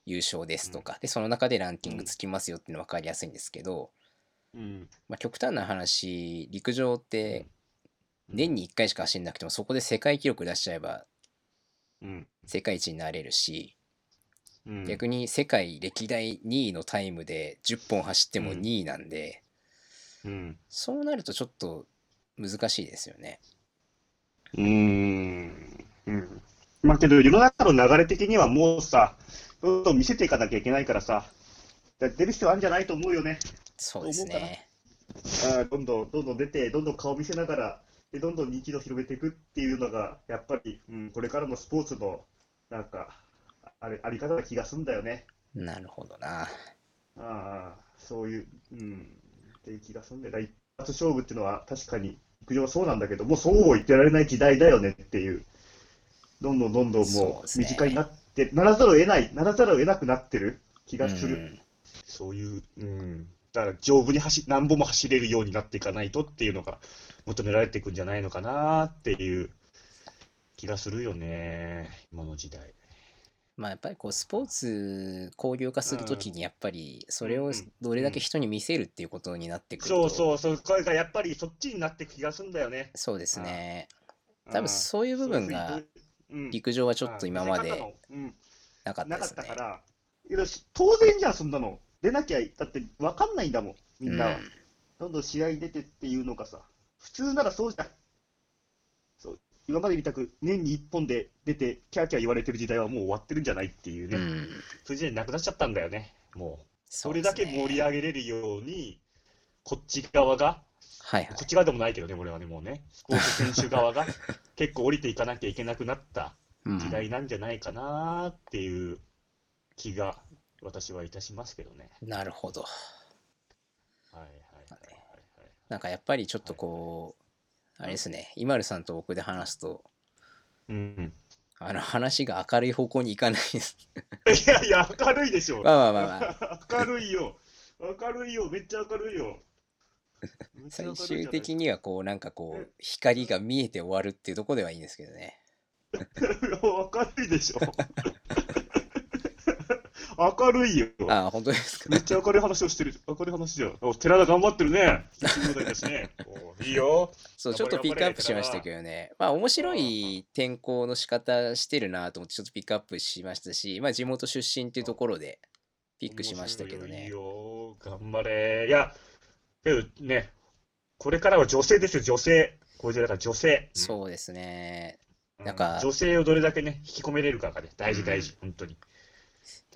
[SPEAKER 1] 優勝ですとかでその中でランキングつきますよっていうの分かりやすいんですけど、
[SPEAKER 2] うん。
[SPEAKER 1] まあ、極端な話陸上って
[SPEAKER 2] うん
[SPEAKER 1] 年に1回しか走んなくてもそこで世界記録出しちゃえば
[SPEAKER 2] うん。
[SPEAKER 1] 世界一になれるし、
[SPEAKER 2] うん。
[SPEAKER 1] 逆に世界歴代2位のタイムで10本走っても
[SPEAKER 2] うん
[SPEAKER 1] 2位なんで、
[SPEAKER 2] うん。
[SPEAKER 1] そうなるとちょっと難しいですよね。
[SPEAKER 2] うーん。うん。まあけど世の中の流れ的にはもうさ、どんどん見せていかなきゃいけないからさ、だ出る必要あるんじゃないと思うよね。
[SPEAKER 1] そうです
[SPEAKER 2] 思うかな
[SPEAKER 1] ね。
[SPEAKER 2] あーどんどんどんどん出て、どんどん顔見せながら、でどんどん認知度を広めていくっていうのが、やっぱり、うん、これからのスポーツの、なんか、あれあり方な気がするんだよね。
[SPEAKER 1] なるほどな。
[SPEAKER 2] ああ、そういう、うん、っていう気がするんだよ。だから一発勝負っていうのは、確かに、陸上はそうなんだけど、もうそう言ってられない時代だよねっていう、どんどんどんどん
[SPEAKER 1] そう
[SPEAKER 2] も
[SPEAKER 1] です
[SPEAKER 2] う、
[SPEAKER 1] ね
[SPEAKER 2] 身近になって、ならざるを得ない、ならざるを得なくなってる気
[SPEAKER 1] う
[SPEAKER 2] がする。
[SPEAKER 1] ん、
[SPEAKER 2] そういう、うん、だから丈夫に走何本も走れるようになっていかないとっていうのが求められていくんじゃないのかなっていう気がするよね、今の時代。
[SPEAKER 1] まあやっぱりこうスポーツ工業化するときにやっぱりそれ
[SPEAKER 2] う
[SPEAKER 1] を
[SPEAKER 2] ん
[SPEAKER 1] どれだけ人に見せるっていうことになってくる
[SPEAKER 2] そ
[SPEAKER 1] と
[SPEAKER 2] うそうそう、これがやっぱりそっちになっていく気がするんだよね。
[SPEAKER 1] そうですね。
[SPEAKER 2] うん
[SPEAKER 1] 多分そういう部分が、
[SPEAKER 2] うん
[SPEAKER 1] 陸上はちょっと今まで
[SPEAKER 2] 出方のうん
[SPEAKER 1] なかった
[SPEAKER 2] な
[SPEAKER 1] で
[SPEAKER 2] かっ
[SPEAKER 1] す
[SPEAKER 2] た
[SPEAKER 1] ね
[SPEAKER 2] か。ら、いや当然じゃん、そんなの。出なきゃ、だって分かんないんだもん、みんなは。
[SPEAKER 1] うん
[SPEAKER 2] どんどん試合に出てっていうのがさ、普通ならそうじゃん。そう今までみたく、年に1本で出て、キャーキャー言われてる時代はもう終わってるんじゃないっていうね、
[SPEAKER 1] うん。
[SPEAKER 2] そういう時代なくなっちゃったんだよね、もう。
[SPEAKER 1] そ
[SPEAKER 2] そう
[SPEAKER 1] で
[SPEAKER 2] れ
[SPEAKER 1] すね
[SPEAKER 2] だけ盛り上げれるように、こっち側が、
[SPEAKER 1] はいはい
[SPEAKER 2] こっ。ち側でもないけどね、俺はね、もうね、スポーツ選手 側が結構降りていかなきゃいけなくなった
[SPEAKER 1] うん
[SPEAKER 2] 時代なんじゃないかなっていう気が私はいたしますけどね。
[SPEAKER 1] なるほど。
[SPEAKER 2] はいはいはい
[SPEAKER 1] なんかやっぱりちょっとこう、あれですね、今るさんと僕で話すと、
[SPEAKER 2] はい。うん。
[SPEAKER 1] あの話が明るい方向に行かないです。
[SPEAKER 2] いやいや、明るいでしょ。
[SPEAKER 1] まあまあま あまあ、
[SPEAKER 2] 明るいよ。明るいよ。めっちゃ明るいよ。めっちゃ
[SPEAKER 1] 最
[SPEAKER 2] 明るいじゃない
[SPEAKER 1] 終的にはこう、なんかこう、光が見えて終わるっていうところではいいんですけどね。
[SPEAKER 2] 明るいでしょ。 明るいよ。
[SPEAKER 1] ああ、本当です か。
[SPEAKER 2] めっちゃ明るい話をしてる。明るい話じゃん。お寺田頑張って るね。15代だしね。おいいよ。
[SPEAKER 1] そう、ちょっ
[SPEAKER 2] 頑張れ
[SPEAKER 1] とピックアップしましたけどね。まあ、面白い転校の仕方してるなと思って、ちょっとピックアップしましたし、まあ、地元出身っていうところでピックしましたけど
[SPEAKER 2] いい
[SPEAKER 1] ね。
[SPEAKER 2] よ。頑張れ。いや、けどね、これからは女性ですよ、女性。こういうだから女性。
[SPEAKER 1] そうですね。
[SPEAKER 2] う
[SPEAKER 1] なんか
[SPEAKER 2] 女性をどれだけね、引き込めれるかがね、大事大事、本当に。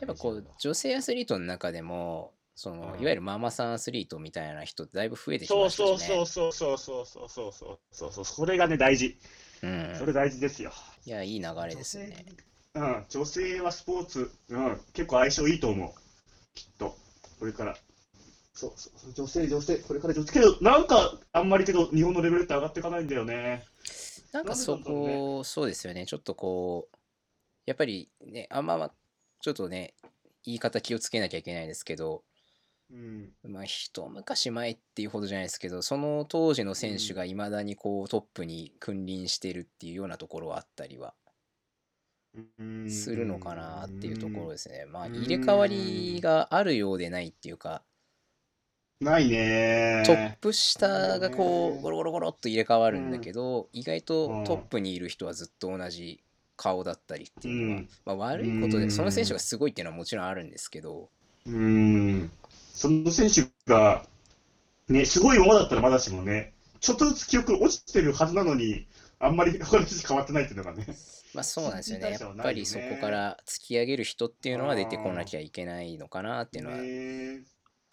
[SPEAKER 1] やっぱこ
[SPEAKER 2] 大事
[SPEAKER 1] う
[SPEAKER 2] なの
[SPEAKER 1] 女性アスリートの中でもその、
[SPEAKER 2] うん
[SPEAKER 1] いわゆるママさんアスリートみたいな人ってだいぶ増えてき
[SPEAKER 2] そ
[SPEAKER 1] ま
[SPEAKER 2] う
[SPEAKER 1] したし
[SPEAKER 2] そ
[SPEAKER 1] ね。
[SPEAKER 2] うそうそうそうそうそうそうそうそうそうそれがね大事
[SPEAKER 1] うん
[SPEAKER 2] それ大事ですよ、
[SPEAKER 1] いやいい流れですね。
[SPEAKER 2] うん、女性はスポーツ、うん、結構相性いいと思うきっとこれから
[SPEAKER 4] そうそう、女性、女性、これから女性。
[SPEAKER 2] けどなんかあんまりけど日本のレベルって上がっていかないんだよね
[SPEAKER 1] なんかそ
[SPEAKER 2] なんでなんだ
[SPEAKER 1] こ、そうですよね。ちょっとこうやっぱりねあんまちょっとね言い方気をつけなきゃいけないですけど、
[SPEAKER 2] うん
[SPEAKER 1] まあ一昔前っていうほどじゃないですけどその当時の選手がいまだにこうトップに君臨してるっていうようなところはあったりはするのかなっていうところですね。まあ入れ替わりがあるようでないっていうか。
[SPEAKER 2] ないね
[SPEAKER 1] トップ下がこうゴロゴロゴロっと入れ替わるんだけど、意外と
[SPEAKER 2] うん
[SPEAKER 1] トップにいる人はずっと同じ顔だったりっていうのは、
[SPEAKER 2] うん
[SPEAKER 1] まあ、悪いことで
[SPEAKER 2] うん
[SPEAKER 1] その選手がすごいっていうのはもちろんあるんですけど、
[SPEAKER 2] うんその選手がねすごいままだったらまだしもねちょっとずつ記憶落ちてるはずなのにあんまり話変わってないっていうのがね
[SPEAKER 1] まあ、そうなんですよね
[SPEAKER 2] 新陳代謝
[SPEAKER 1] や
[SPEAKER 2] は
[SPEAKER 1] っ
[SPEAKER 2] な
[SPEAKER 1] ぱ
[SPEAKER 2] いよね
[SPEAKER 1] りそこから突き上げる人っていうのは出てこなきゃいけないのかなっていうのは
[SPEAKER 2] ね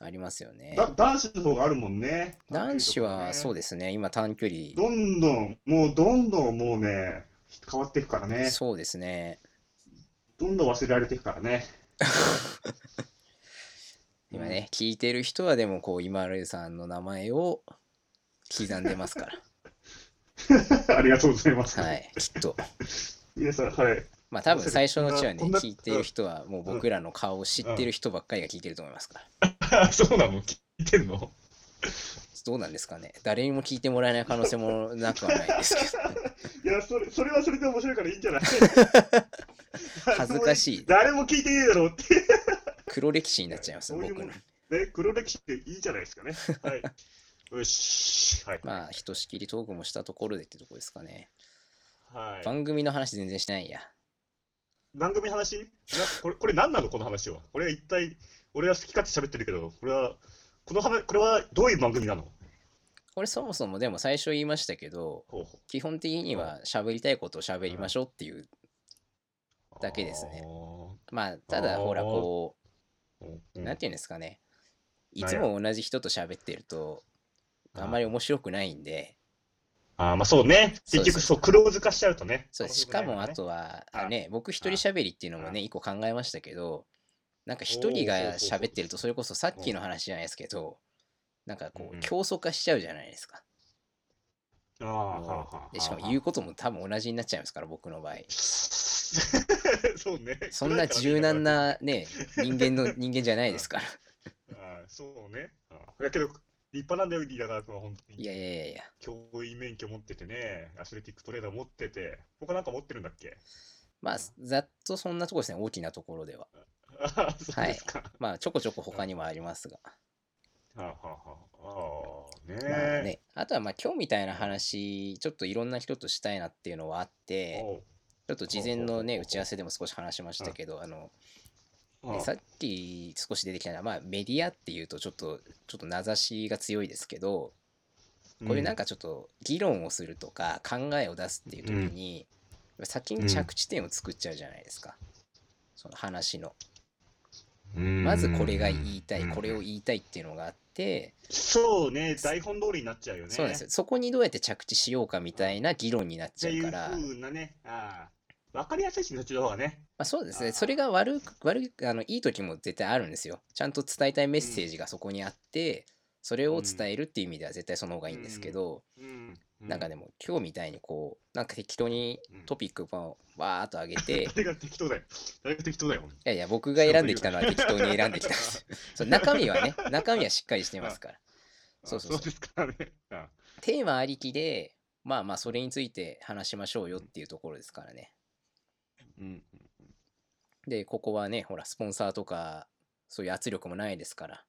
[SPEAKER 1] ありますよね。
[SPEAKER 2] だ男子の方があるもんね
[SPEAKER 1] 男子はそう
[SPEAKER 2] で
[SPEAKER 1] ですね今短距離
[SPEAKER 2] どんどんもうどんどんもうね変わっていくからね
[SPEAKER 1] そうですね
[SPEAKER 2] どんどん忘れられていくからね
[SPEAKER 1] 今ね聞いてる人はでもこう今るさんの名前を刻んでますから
[SPEAKER 2] ありがとうございます。
[SPEAKER 1] はいきっと。
[SPEAKER 2] 皆さん、はい。
[SPEAKER 1] まあ多分最初のうちはね
[SPEAKER 2] こんな
[SPEAKER 1] 聞いてる人はもう僕らの顔を知ってる人ばっかりが聞いてると思いますから
[SPEAKER 2] そうなの聞いてんの
[SPEAKER 1] どうなんですかね誰にも聞いてもらえない可能性もなくはないです けど
[SPEAKER 2] いやそれ、それはそれで面白いからいいんじゃない
[SPEAKER 1] 恥ずかしい
[SPEAKER 2] 誰も聞いていいだろうって
[SPEAKER 1] 黒歴史になっちゃいますよ
[SPEAKER 2] そういう
[SPEAKER 1] 僕
[SPEAKER 2] も
[SPEAKER 1] の
[SPEAKER 2] んね、黒歴史っていいじゃないですかね。はい。よし。はい。
[SPEAKER 1] まあひとしきりトークもしたところでってとこですかね
[SPEAKER 2] はい、
[SPEAKER 1] 番組の話全然しないや
[SPEAKER 2] 番組の話なこれ、これ何なのこの話は。これは一体、俺は好き勝手喋ってるけど、これは、この話、これはどういう番組なの
[SPEAKER 1] これそもそもでも最初言いましたけど
[SPEAKER 2] ほうほ
[SPEAKER 1] 基本的には喋りたいことを喋りましょうっていう
[SPEAKER 2] う
[SPEAKER 1] だけですね
[SPEAKER 2] あー
[SPEAKER 1] まあただほらこ
[SPEAKER 2] うん
[SPEAKER 1] うなんて言うんですかねい
[SPEAKER 2] なん
[SPEAKER 1] つ
[SPEAKER 2] や
[SPEAKER 1] も同じ人と喋ってるとあんまり面白くないんで
[SPEAKER 2] あーまあそうね。
[SPEAKER 1] そう
[SPEAKER 2] 結
[SPEAKER 1] です
[SPEAKER 2] 局、そう、クローズ化しちゃうとね。
[SPEAKER 1] そうですし
[SPEAKER 2] 面
[SPEAKER 1] か
[SPEAKER 2] 白くない
[SPEAKER 1] も
[SPEAKER 2] ら
[SPEAKER 1] あ
[SPEAKER 2] ね
[SPEAKER 1] とは
[SPEAKER 2] あ
[SPEAKER 1] ね僕一人喋りっていうのもね
[SPEAKER 2] あ
[SPEAKER 1] 一個考えましたけどなんか一
[SPEAKER 2] おー
[SPEAKER 1] 人
[SPEAKER 2] そう
[SPEAKER 1] が
[SPEAKER 2] そうそう
[SPEAKER 1] 喋ってるとそれこそさっきの話じゃないですけどなんかこ
[SPEAKER 2] うんう
[SPEAKER 1] うん競争化しちゃうじゃないですか
[SPEAKER 2] ああ、はあはあはあ
[SPEAKER 1] でしかも 言うことも多分同じになっちゃいますから僕の場合
[SPEAKER 2] そうね。
[SPEAKER 1] そんな柔軟
[SPEAKER 2] あ
[SPEAKER 1] なね人間 の人間じゃないですから
[SPEAKER 2] あそうね。ああだけど、立派なんだよ、リーダー君は本当
[SPEAKER 1] い
[SPEAKER 2] に。
[SPEAKER 1] やいやいやいや
[SPEAKER 2] 教員免許持っててね、アスレティックトレーダー持ってて、他なんか持ってるんだっけ
[SPEAKER 1] まあざっとそんなとこですね大きなところでは
[SPEAKER 2] ああ、そうですか。
[SPEAKER 1] まあちょこちょこ他にもありますが
[SPEAKER 2] はあはあはあ。ああ、ね
[SPEAKER 1] まあねあとはまあ今日みたいな話ちょっといろんな人としたいなっていうのはあって
[SPEAKER 2] おう
[SPEAKER 1] ちょっと事前のね、
[SPEAKER 2] ほうほうほうほう
[SPEAKER 1] 打ち合わせでも少し話しましたけど、あの、
[SPEAKER 2] ああ
[SPEAKER 1] さっき少し出てきたのは、まあ、メディアっていうと、ちょっと、ちょっと名指しが強いですけど、こういうなんかちょっと議論をするとか、考えを出すっていう時に、先に着地点を作っちゃうじゃないですか。その話の。
[SPEAKER 2] うん
[SPEAKER 1] まずこれが言いたい、
[SPEAKER 2] うん
[SPEAKER 1] これを言いたいっていうのがあって、
[SPEAKER 2] そうね、台本通りになっちゃうよね。
[SPEAKER 1] そうなんですよ。そこにどうやって着地しようかみたいな議論になっ
[SPEAKER 2] って
[SPEAKER 1] ちゃう
[SPEAKER 2] いう
[SPEAKER 1] から、
[SPEAKER 2] 風なね、ああわかりやすいし、そっちの方がね。
[SPEAKER 1] まあ、そうですね。それが悪く、悪く、あの、いい時も絶対あるんですよ。ちゃんと伝えたいメッセージがそこにあって、それを伝えるっていう意味では絶対その方がいいんですけど、
[SPEAKER 2] うん。
[SPEAKER 1] なんかで
[SPEAKER 2] も。
[SPEAKER 1] も今日みたいにこう、なんか適当にトピックをわーっと上げて、い
[SPEAKER 2] 誰が適当だよ。誰が適当だよ。
[SPEAKER 1] やいや、僕が選んできたのは適当に選んできたんです よ。そう中身はね、中身はしっかりして ますから。そうそうそう
[SPEAKER 2] あですからね。あ
[SPEAKER 1] テーマありきで、まあまあ、それについて話しましょうよっていうところですからね。
[SPEAKER 2] うん。
[SPEAKER 1] で、ここはね、ほら、スポンサーとか、そういう圧力もないですから。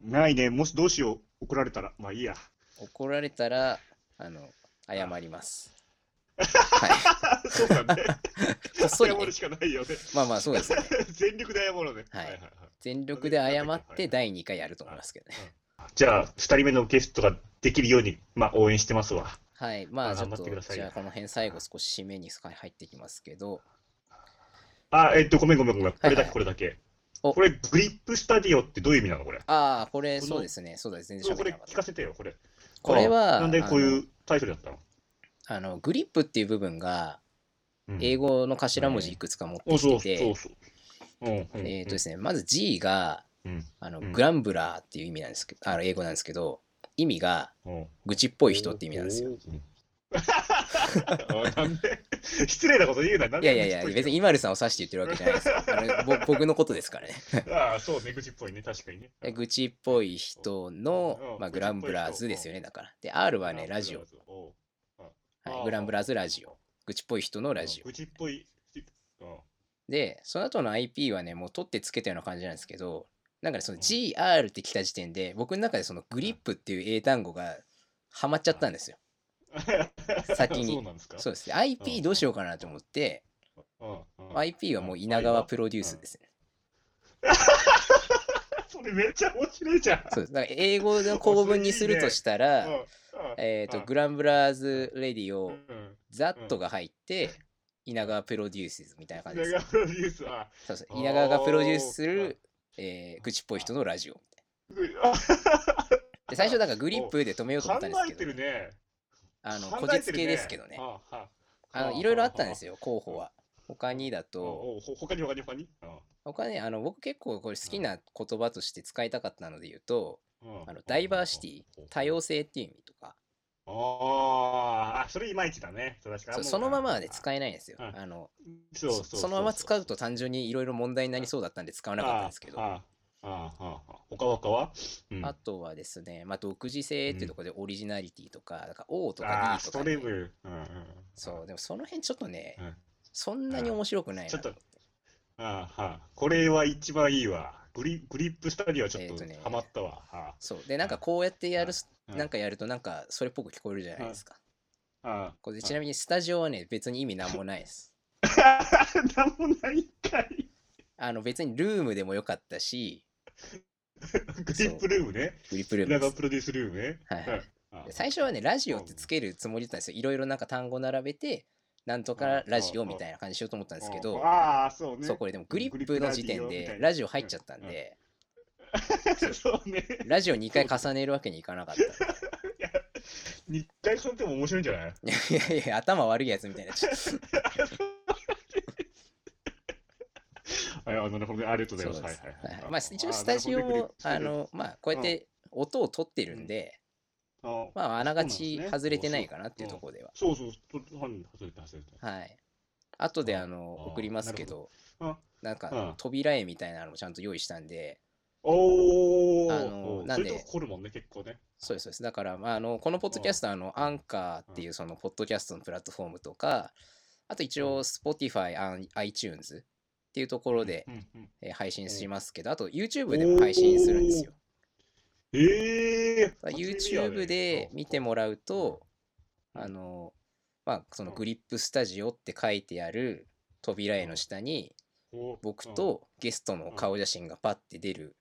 [SPEAKER 2] ないね。もしどうしよう。怒られたら。まあいいや。
[SPEAKER 1] 怒られたら、あの、謝ります。は
[SPEAKER 2] そう だね。
[SPEAKER 1] い。こっそり、
[SPEAKER 2] 謝
[SPEAKER 1] ね
[SPEAKER 2] る、しかないよね。
[SPEAKER 1] まあまあ、そうですね。
[SPEAKER 2] 全力で謝ろうね。
[SPEAKER 1] はい
[SPEAKER 2] はい。
[SPEAKER 1] 全力で謝って第2回やると思いますけどね。
[SPEAKER 2] じゃあ、2人目のゲストができるように、まあ、応援してますわ。
[SPEAKER 1] はい。まあ、
[SPEAKER 2] あ
[SPEAKER 1] ちょっ
[SPEAKER 2] 頑張ってくだ
[SPEAKER 1] と、
[SPEAKER 2] さい
[SPEAKER 1] じ
[SPEAKER 2] よ
[SPEAKER 1] ゃあ、この辺最後少し締めに入ってきますけど、
[SPEAKER 2] あ、えっと、ごめんごめんごめん。これ
[SPEAKER 1] はい
[SPEAKER 2] だ
[SPEAKER 1] は
[SPEAKER 2] け、
[SPEAKER 1] い
[SPEAKER 2] これだけ。
[SPEAKER 1] お
[SPEAKER 2] これ、グリップスタディオってどういう意味なのこれ。
[SPEAKER 1] ああ、これ、
[SPEAKER 2] この
[SPEAKER 1] そうですね。そうだ、全然
[SPEAKER 2] そう
[SPEAKER 1] 喋
[SPEAKER 2] こ
[SPEAKER 1] れ
[SPEAKER 2] れ
[SPEAKER 1] なかっ
[SPEAKER 2] 聞
[SPEAKER 1] た
[SPEAKER 2] か。せてよ、これ。
[SPEAKER 1] これは、
[SPEAKER 2] あなんでこうい
[SPEAKER 1] あ
[SPEAKER 2] うタイトルだったの
[SPEAKER 1] のあの、グリップっていう部分が、
[SPEAKER 2] うん
[SPEAKER 1] 英語の頭文字いくつか持って
[SPEAKER 2] おそう
[SPEAKER 1] き
[SPEAKER 2] そ
[SPEAKER 1] て
[SPEAKER 2] うそ
[SPEAKER 1] て
[SPEAKER 2] う、そう。うんうん
[SPEAKER 1] えっとですね、まず G が、
[SPEAKER 2] うん
[SPEAKER 1] あの、
[SPEAKER 2] うん
[SPEAKER 1] グランブラーっていう意味なんですけど、あの、英語なんですけど、意味が、
[SPEAKER 2] うん
[SPEAKER 1] 愚痴っぽい人って意味なんですよ。
[SPEAKER 2] うん。おいなんで 失礼なこと言うな。なん
[SPEAKER 1] い
[SPEAKER 2] で
[SPEAKER 1] やいやいや、別に
[SPEAKER 2] 今。
[SPEAKER 1] イマルさんを指して言ってるわけじゃないですよ。あ のぼ僕のことですからね。
[SPEAKER 2] ああ、そうね、愚痴っぽいね、確かにね。
[SPEAKER 1] で愚痴っぽい人の
[SPEAKER 2] う、ん
[SPEAKER 1] まあ、
[SPEAKER 2] 愚痴っぽい人
[SPEAKER 1] グランブラーズですよね、だから。で、R はね、ラジオ。
[SPEAKER 2] グランブラーズ。おう
[SPEAKER 1] はい、グランブラーズラジオ。。愚痴っぽい人の
[SPEAKER 2] ああ
[SPEAKER 1] ラジオ
[SPEAKER 2] 愚。痴っぽい。うん
[SPEAKER 1] で、その後の IP はね、もう取ってつけたような感じなんですけど、なんかね、その GR って来た時点で、僕の中でそのグリップっていう英単語がハマっちゃったんですよ。先に
[SPEAKER 2] そうなんですか
[SPEAKER 1] そう
[SPEAKER 2] う、
[SPEAKER 1] ですね。IP どうしようかなと思って、
[SPEAKER 2] うんうん、
[SPEAKER 1] IP はもう稲川プロデュースですね。
[SPEAKER 2] それめっちゃ面白いじゃん。
[SPEAKER 1] そうです。だから英語の構文にするとした ら、えっ、と、グ
[SPEAKER 2] ラ
[SPEAKER 1] ランブラーズ・レディ
[SPEAKER 2] う
[SPEAKER 1] オ、
[SPEAKER 2] ん
[SPEAKER 1] ザットが入って、稲川プロデュースみたいな感じで
[SPEAKER 2] 稲
[SPEAKER 1] す。
[SPEAKER 2] 川プロデュース、あ、
[SPEAKER 1] そうそう稲川がプロデュースす
[SPEAKER 2] おー
[SPEAKER 1] る、えー、愚痴っぽい人のラジオ。
[SPEAKER 2] あ
[SPEAKER 1] で、最初、だからグリップで止めようと思
[SPEAKER 2] 考
[SPEAKER 1] ったんです
[SPEAKER 2] え
[SPEAKER 1] け
[SPEAKER 2] て
[SPEAKER 1] ど、
[SPEAKER 2] るね。
[SPEAKER 1] あの、
[SPEAKER 2] 考
[SPEAKER 1] こ
[SPEAKER 2] え
[SPEAKER 1] じつ
[SPEAKER 2] てる
[SPEAKER 1] けですけどね。
[SPEAKER 2] あは
[SPEAKER 1] あの、いろいろあったんですよ、候補は。他にだ
[SPEAKER 2] お
[SPEAKER 1] と、
[SPEAKER 2] おほ他に他に他にあ
[SPEAKER 1] 他ね、あの、僕結構これ好きな言葉として使いたかったので言うと、
[SPEAKER 2] うん
[SPEAKER 1] あの、ダイバーシティ、多様性っていう意味とか、
[SPEAKER 2] あーあ、それいまいちだね。そう確かに
[SPEAKER 1] そうそのままで使
[SPEAKER 2] え
[SPEAKER 1] えないんですよ。
[SPEAKER 2] うん
[SPEAKER 1] あの、
[SPEAKER 2] そうそう
[SPEAKER 1] そのまま使う
[SPEAKER 2] と
[SPEAKER 1] と単純にいろいろ問題になりそうだったんで使わなかったんですけど、
[SPEAKER 2] ああ、ああ、ああ。他は他はうん
[SPEAKER 1] あとはですね、まあ、独自性っていうところでオリジナリティとか、だから O と
[SPEAKER 2] あ
[SPEAKER 1] か
[SPEAKER 2] あ
[SPEAKER 1] D
[SPEAKER 2] ス
[SPEAKER 1] とか
[SPEAKER 2] ト
[SPEAKER 1] ね、
[SPEAKER 2] レブ。うんうん
[SPEAKER 1] そう、でもその辺ちょっとね、
[SPEAKER 2] うん
[SPEAKER 1] そんなに面白くないな
[SPEAKER 2] ちょっと、ああ、はあ、これは一番いいわ。グリグリップスタディはちょっ
[SPEAKER 1] えー
[SPEAKER 2] と
[SPEAKER 1] とね
[SPEAKER 2] ハマったわ。は
[SPEAKER 1] そう。で、なんかこうやってやる、
[SPEAKER 2] うん
[SPEAKER 1] なんかやるとなんかそれっぽく聞こえるじゃないですか。
[SPEAKER 2] あ、 ああ
[SPEAKER 1] これちなみにスタジオはね、別に意味なんもないです。
[SPEAKER 2] なんもないんかい。
[SPEAKER 1] あの、別にルームでもよかったし、
[SPEAKER 2] グリップルームね。
[SPEAKER 1] グリップルーム
[SPEAKER 2] 裏
[SPEAKER 1] で
[SPEAKER 2] 側
[SPEAKER 1] す。
[SPEAKER 2] プロデュースルームね。
[SPEAKER 1] はいはい
[SPEAKER 2] あ
[SPEAKER 1] で最初はね、ラジオってつけるつもりだったんですよ。いろいろなんか単語並べて、なんとかラジオみたいな感じしようと思ったんですけど、
[SPEAKER 2] ああ、そうね。
[SPEAKER 1] そう、これでもグリップの時点
[SPEAKER 2] グリ
[SPEAKER 1] で
[SPEAKER 2] ップラジオみたいな
[SPEAKER 1] ラジオ入っちゃったんで、
[SPEAKER 2] そうね。
[SPEAKER 1] ラジオ2回重ねるわけにいかなかった。
[SPEAKER 2] 日体さんでも面白いんじゃない
[SPEAKER 1] いやいやいや、頭悪いやつ みたいになっちゃった。
[SPEAKER 2] はいあ、なるほどね。ありがとうございま
[SPEAKER 1] そ
[SPEAKER 2] す。
[SPEAKER 1] う
[SPEAKER 2] は
[SPEAKER 1] で
[SPEAKER 2] い
[SPEAKER 1] す
[SPEAKER 2] はい
[SPEAKER 1] は
[SPEAKER 2] はいい。
[SPEAKER 1] まあ、一応スタジオも、あ
[SPEAKER 2] なるほどね、
[SPEAKER 1] の、まあ、こうやって音を取ってるんで、
[SPEAKER 2] グリップルームああ
[SPEAKER 1] まあ、あなが
[SPEAKER 2] そう
[SPEAKER 1] ち
[SPEAKER 2] なんですね
[SPEAKER 1] 外れてないかなっていうところでは。
[SPEAKER 2] そうそう、とはい外れた、外れた。
[SPEAKER 1] はい。後で、あの、
[SPEAKER 2] あー
[SPEAKER 1] 送りますけど
[SPEAKER 2] なるほ、
[SPEAKER 1] なん
[SPEAKER 2] う
[SPEAKER 1] か
[SPEAKER 2] ん、
[SPEAKER 1] 扉絵みたいなのもちゃんと用意したんで、
[SPEAKER 2] お
[SPEAKER 1] あの
[SPEAKER 2] ー、
[SPEAKER 1] なんで
[SPEAKER 2] それとこるもんね、結構ね。
[SPEAKER 1] そうです、そうです。だから、まあ、あの、このポッドキャストは、あの、アンカーっていう、その、ポッドキャストのプラットフォームとか、あと一応、Spotify、あん iTunes っていうところで
[SPEAKER 2] う、んうん
[SPEAKER 1] えー配信しますけど、あと YouTube でも配信するんですよ。
[SPEAKER 2] ええ
[SPEAKER 1] だから YouTube で見てもらうと、
[SPEAKER 2] うん
[SPEAKER 1] あの、まあ、その
[SPEAKER 2] うん
[SPEAKER 1] グリップスタジオって書いてある扉絵の下に、僕とゲストの顔写真がパッて出る、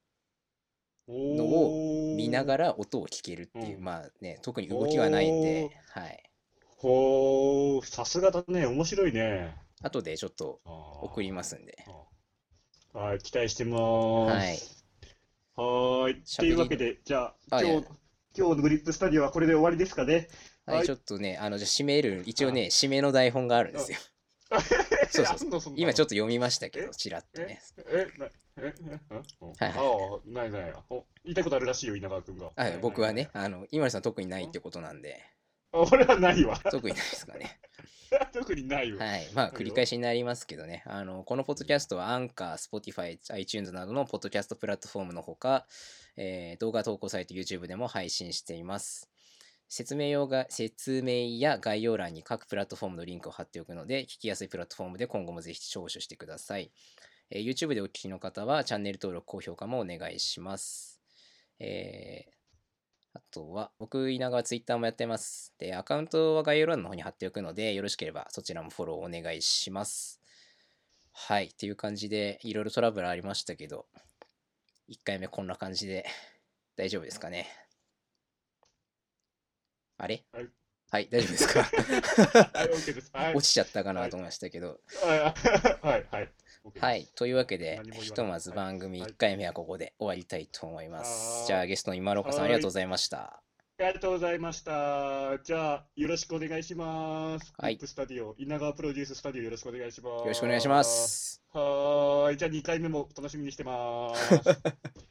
[SPEAKER 1] の
[SPEAKER 2] を
[SPEAKER 1] 見ながら音を聞けるっていう、
[SPEAKER 2] うん
[SPEAKER 1] まあね、特に動きはないんで、はい。
[SPEAKER 2] ほう、さすがだね、面白いね。
[SPEAKER 1] 後でちょっと送りますんで。
[SPEAKER 2] あー。はい、期待してます。
[SPEAKER 1] はい。
[SPEAKER 2] はーい。
[SPEAKER 1] しゃ
[SPEAKER 2] と
[SPEAKER 1] べ
[SPEAKER 2] い
[SPEAKER 1] り
[SPEAKER 2] うわけで、じゃあ、
[SPEAKER 1] あいや
[SPEAKER 2] 今日、今日のグリップスタディオはこれで終わりですかね。
[SPEAKER 1] は、
[SPEAKER 2] はいい
[SPEAKER 1] ちょっとね、あの、じゃあ締める、一応ね、締めの台本があるんですよ。そうそうそう
[SPEAKER 2] そう
[SPEAKER 1] 今ちょっ
[SPEAKER 2] と。
[SPEAKER 1] と読みましたけど、ちらっとね。
[SPEAKER 2] え、な、え、え、ん
[SPEAKER 1] はい
[SPEAKER 2] ああ、ないない。お言いたいことあるらしいよ、稲川くんが。
[SPEAKER 1] はい、僕はね、。あの、今井さん特にないってことなんで、
[SPEAKER 2] あ俺はないわ。
[SPEAKER 1] 特にないですかね。
[SPEAKER 2] 特にないわ。
[SPEAKER 1] はい。まあ、
[SPEAKER 2] いよ
[SPEAKER 1] 繰り返しになりますけどね、あの、このポッドキャストは、アンカー、スポティファイ、iTunes などのポッドキャストプラットフォームのほか、えー動画投稿サイト YouTube でも配信しています。説明用が、説明や概要欄に各プラットフォームのリンクを貼っておくので、聞きやすいプラットフォームで今後もぜひ聴取してください。えー YouTube でお聞きの方は、チャンネル登録、高評価もお願いします。えーあとは、僕、稲川ツイッターもやってます。で、アカウントは概要欄の方に貼っておくので、よろしければそちらもフォローお願いします。はい、っていう感じで、いろいろトラブルありましたけど、1回目こんな感じで大丈夫ですかね。あれ
[SPEAKER 2] はい
[SPEAKER 1] はい、大丈夫ですか
[SPEAKER 2] はい、OK です。はい
[SPEAKER 1] 落。ちちゃったかなと思いましたけど。
[SPEAKER 2] はい、はいはい。OK です
[SPEAKER 1] はい。。というわけで
[SPEAKER 2] 何も言わ、ない
[SPEAKER 1] ひとまず番組
[SPEAKER 2] はい
[SPEAKER 1] 1回目はここで終わりたいと思います。
[SPEAKER 2] はい
[SPEAKER 1] じゃあ、ゲストの今岡さん、ありがとうございました。
[SPEAKER 2] ありがとうございました。じゃあ、よろしくお願いします。
[SPEAKER 1] はい
[SPEAKER 2] リップスタディオ、稲川プロデューススタディオ、よろしくお願いします。
[SPEAKER 1] よろしくお願いしま。す。
[SPEAKER 2] はーい。じゃあ、2回目も楽しみにしてます。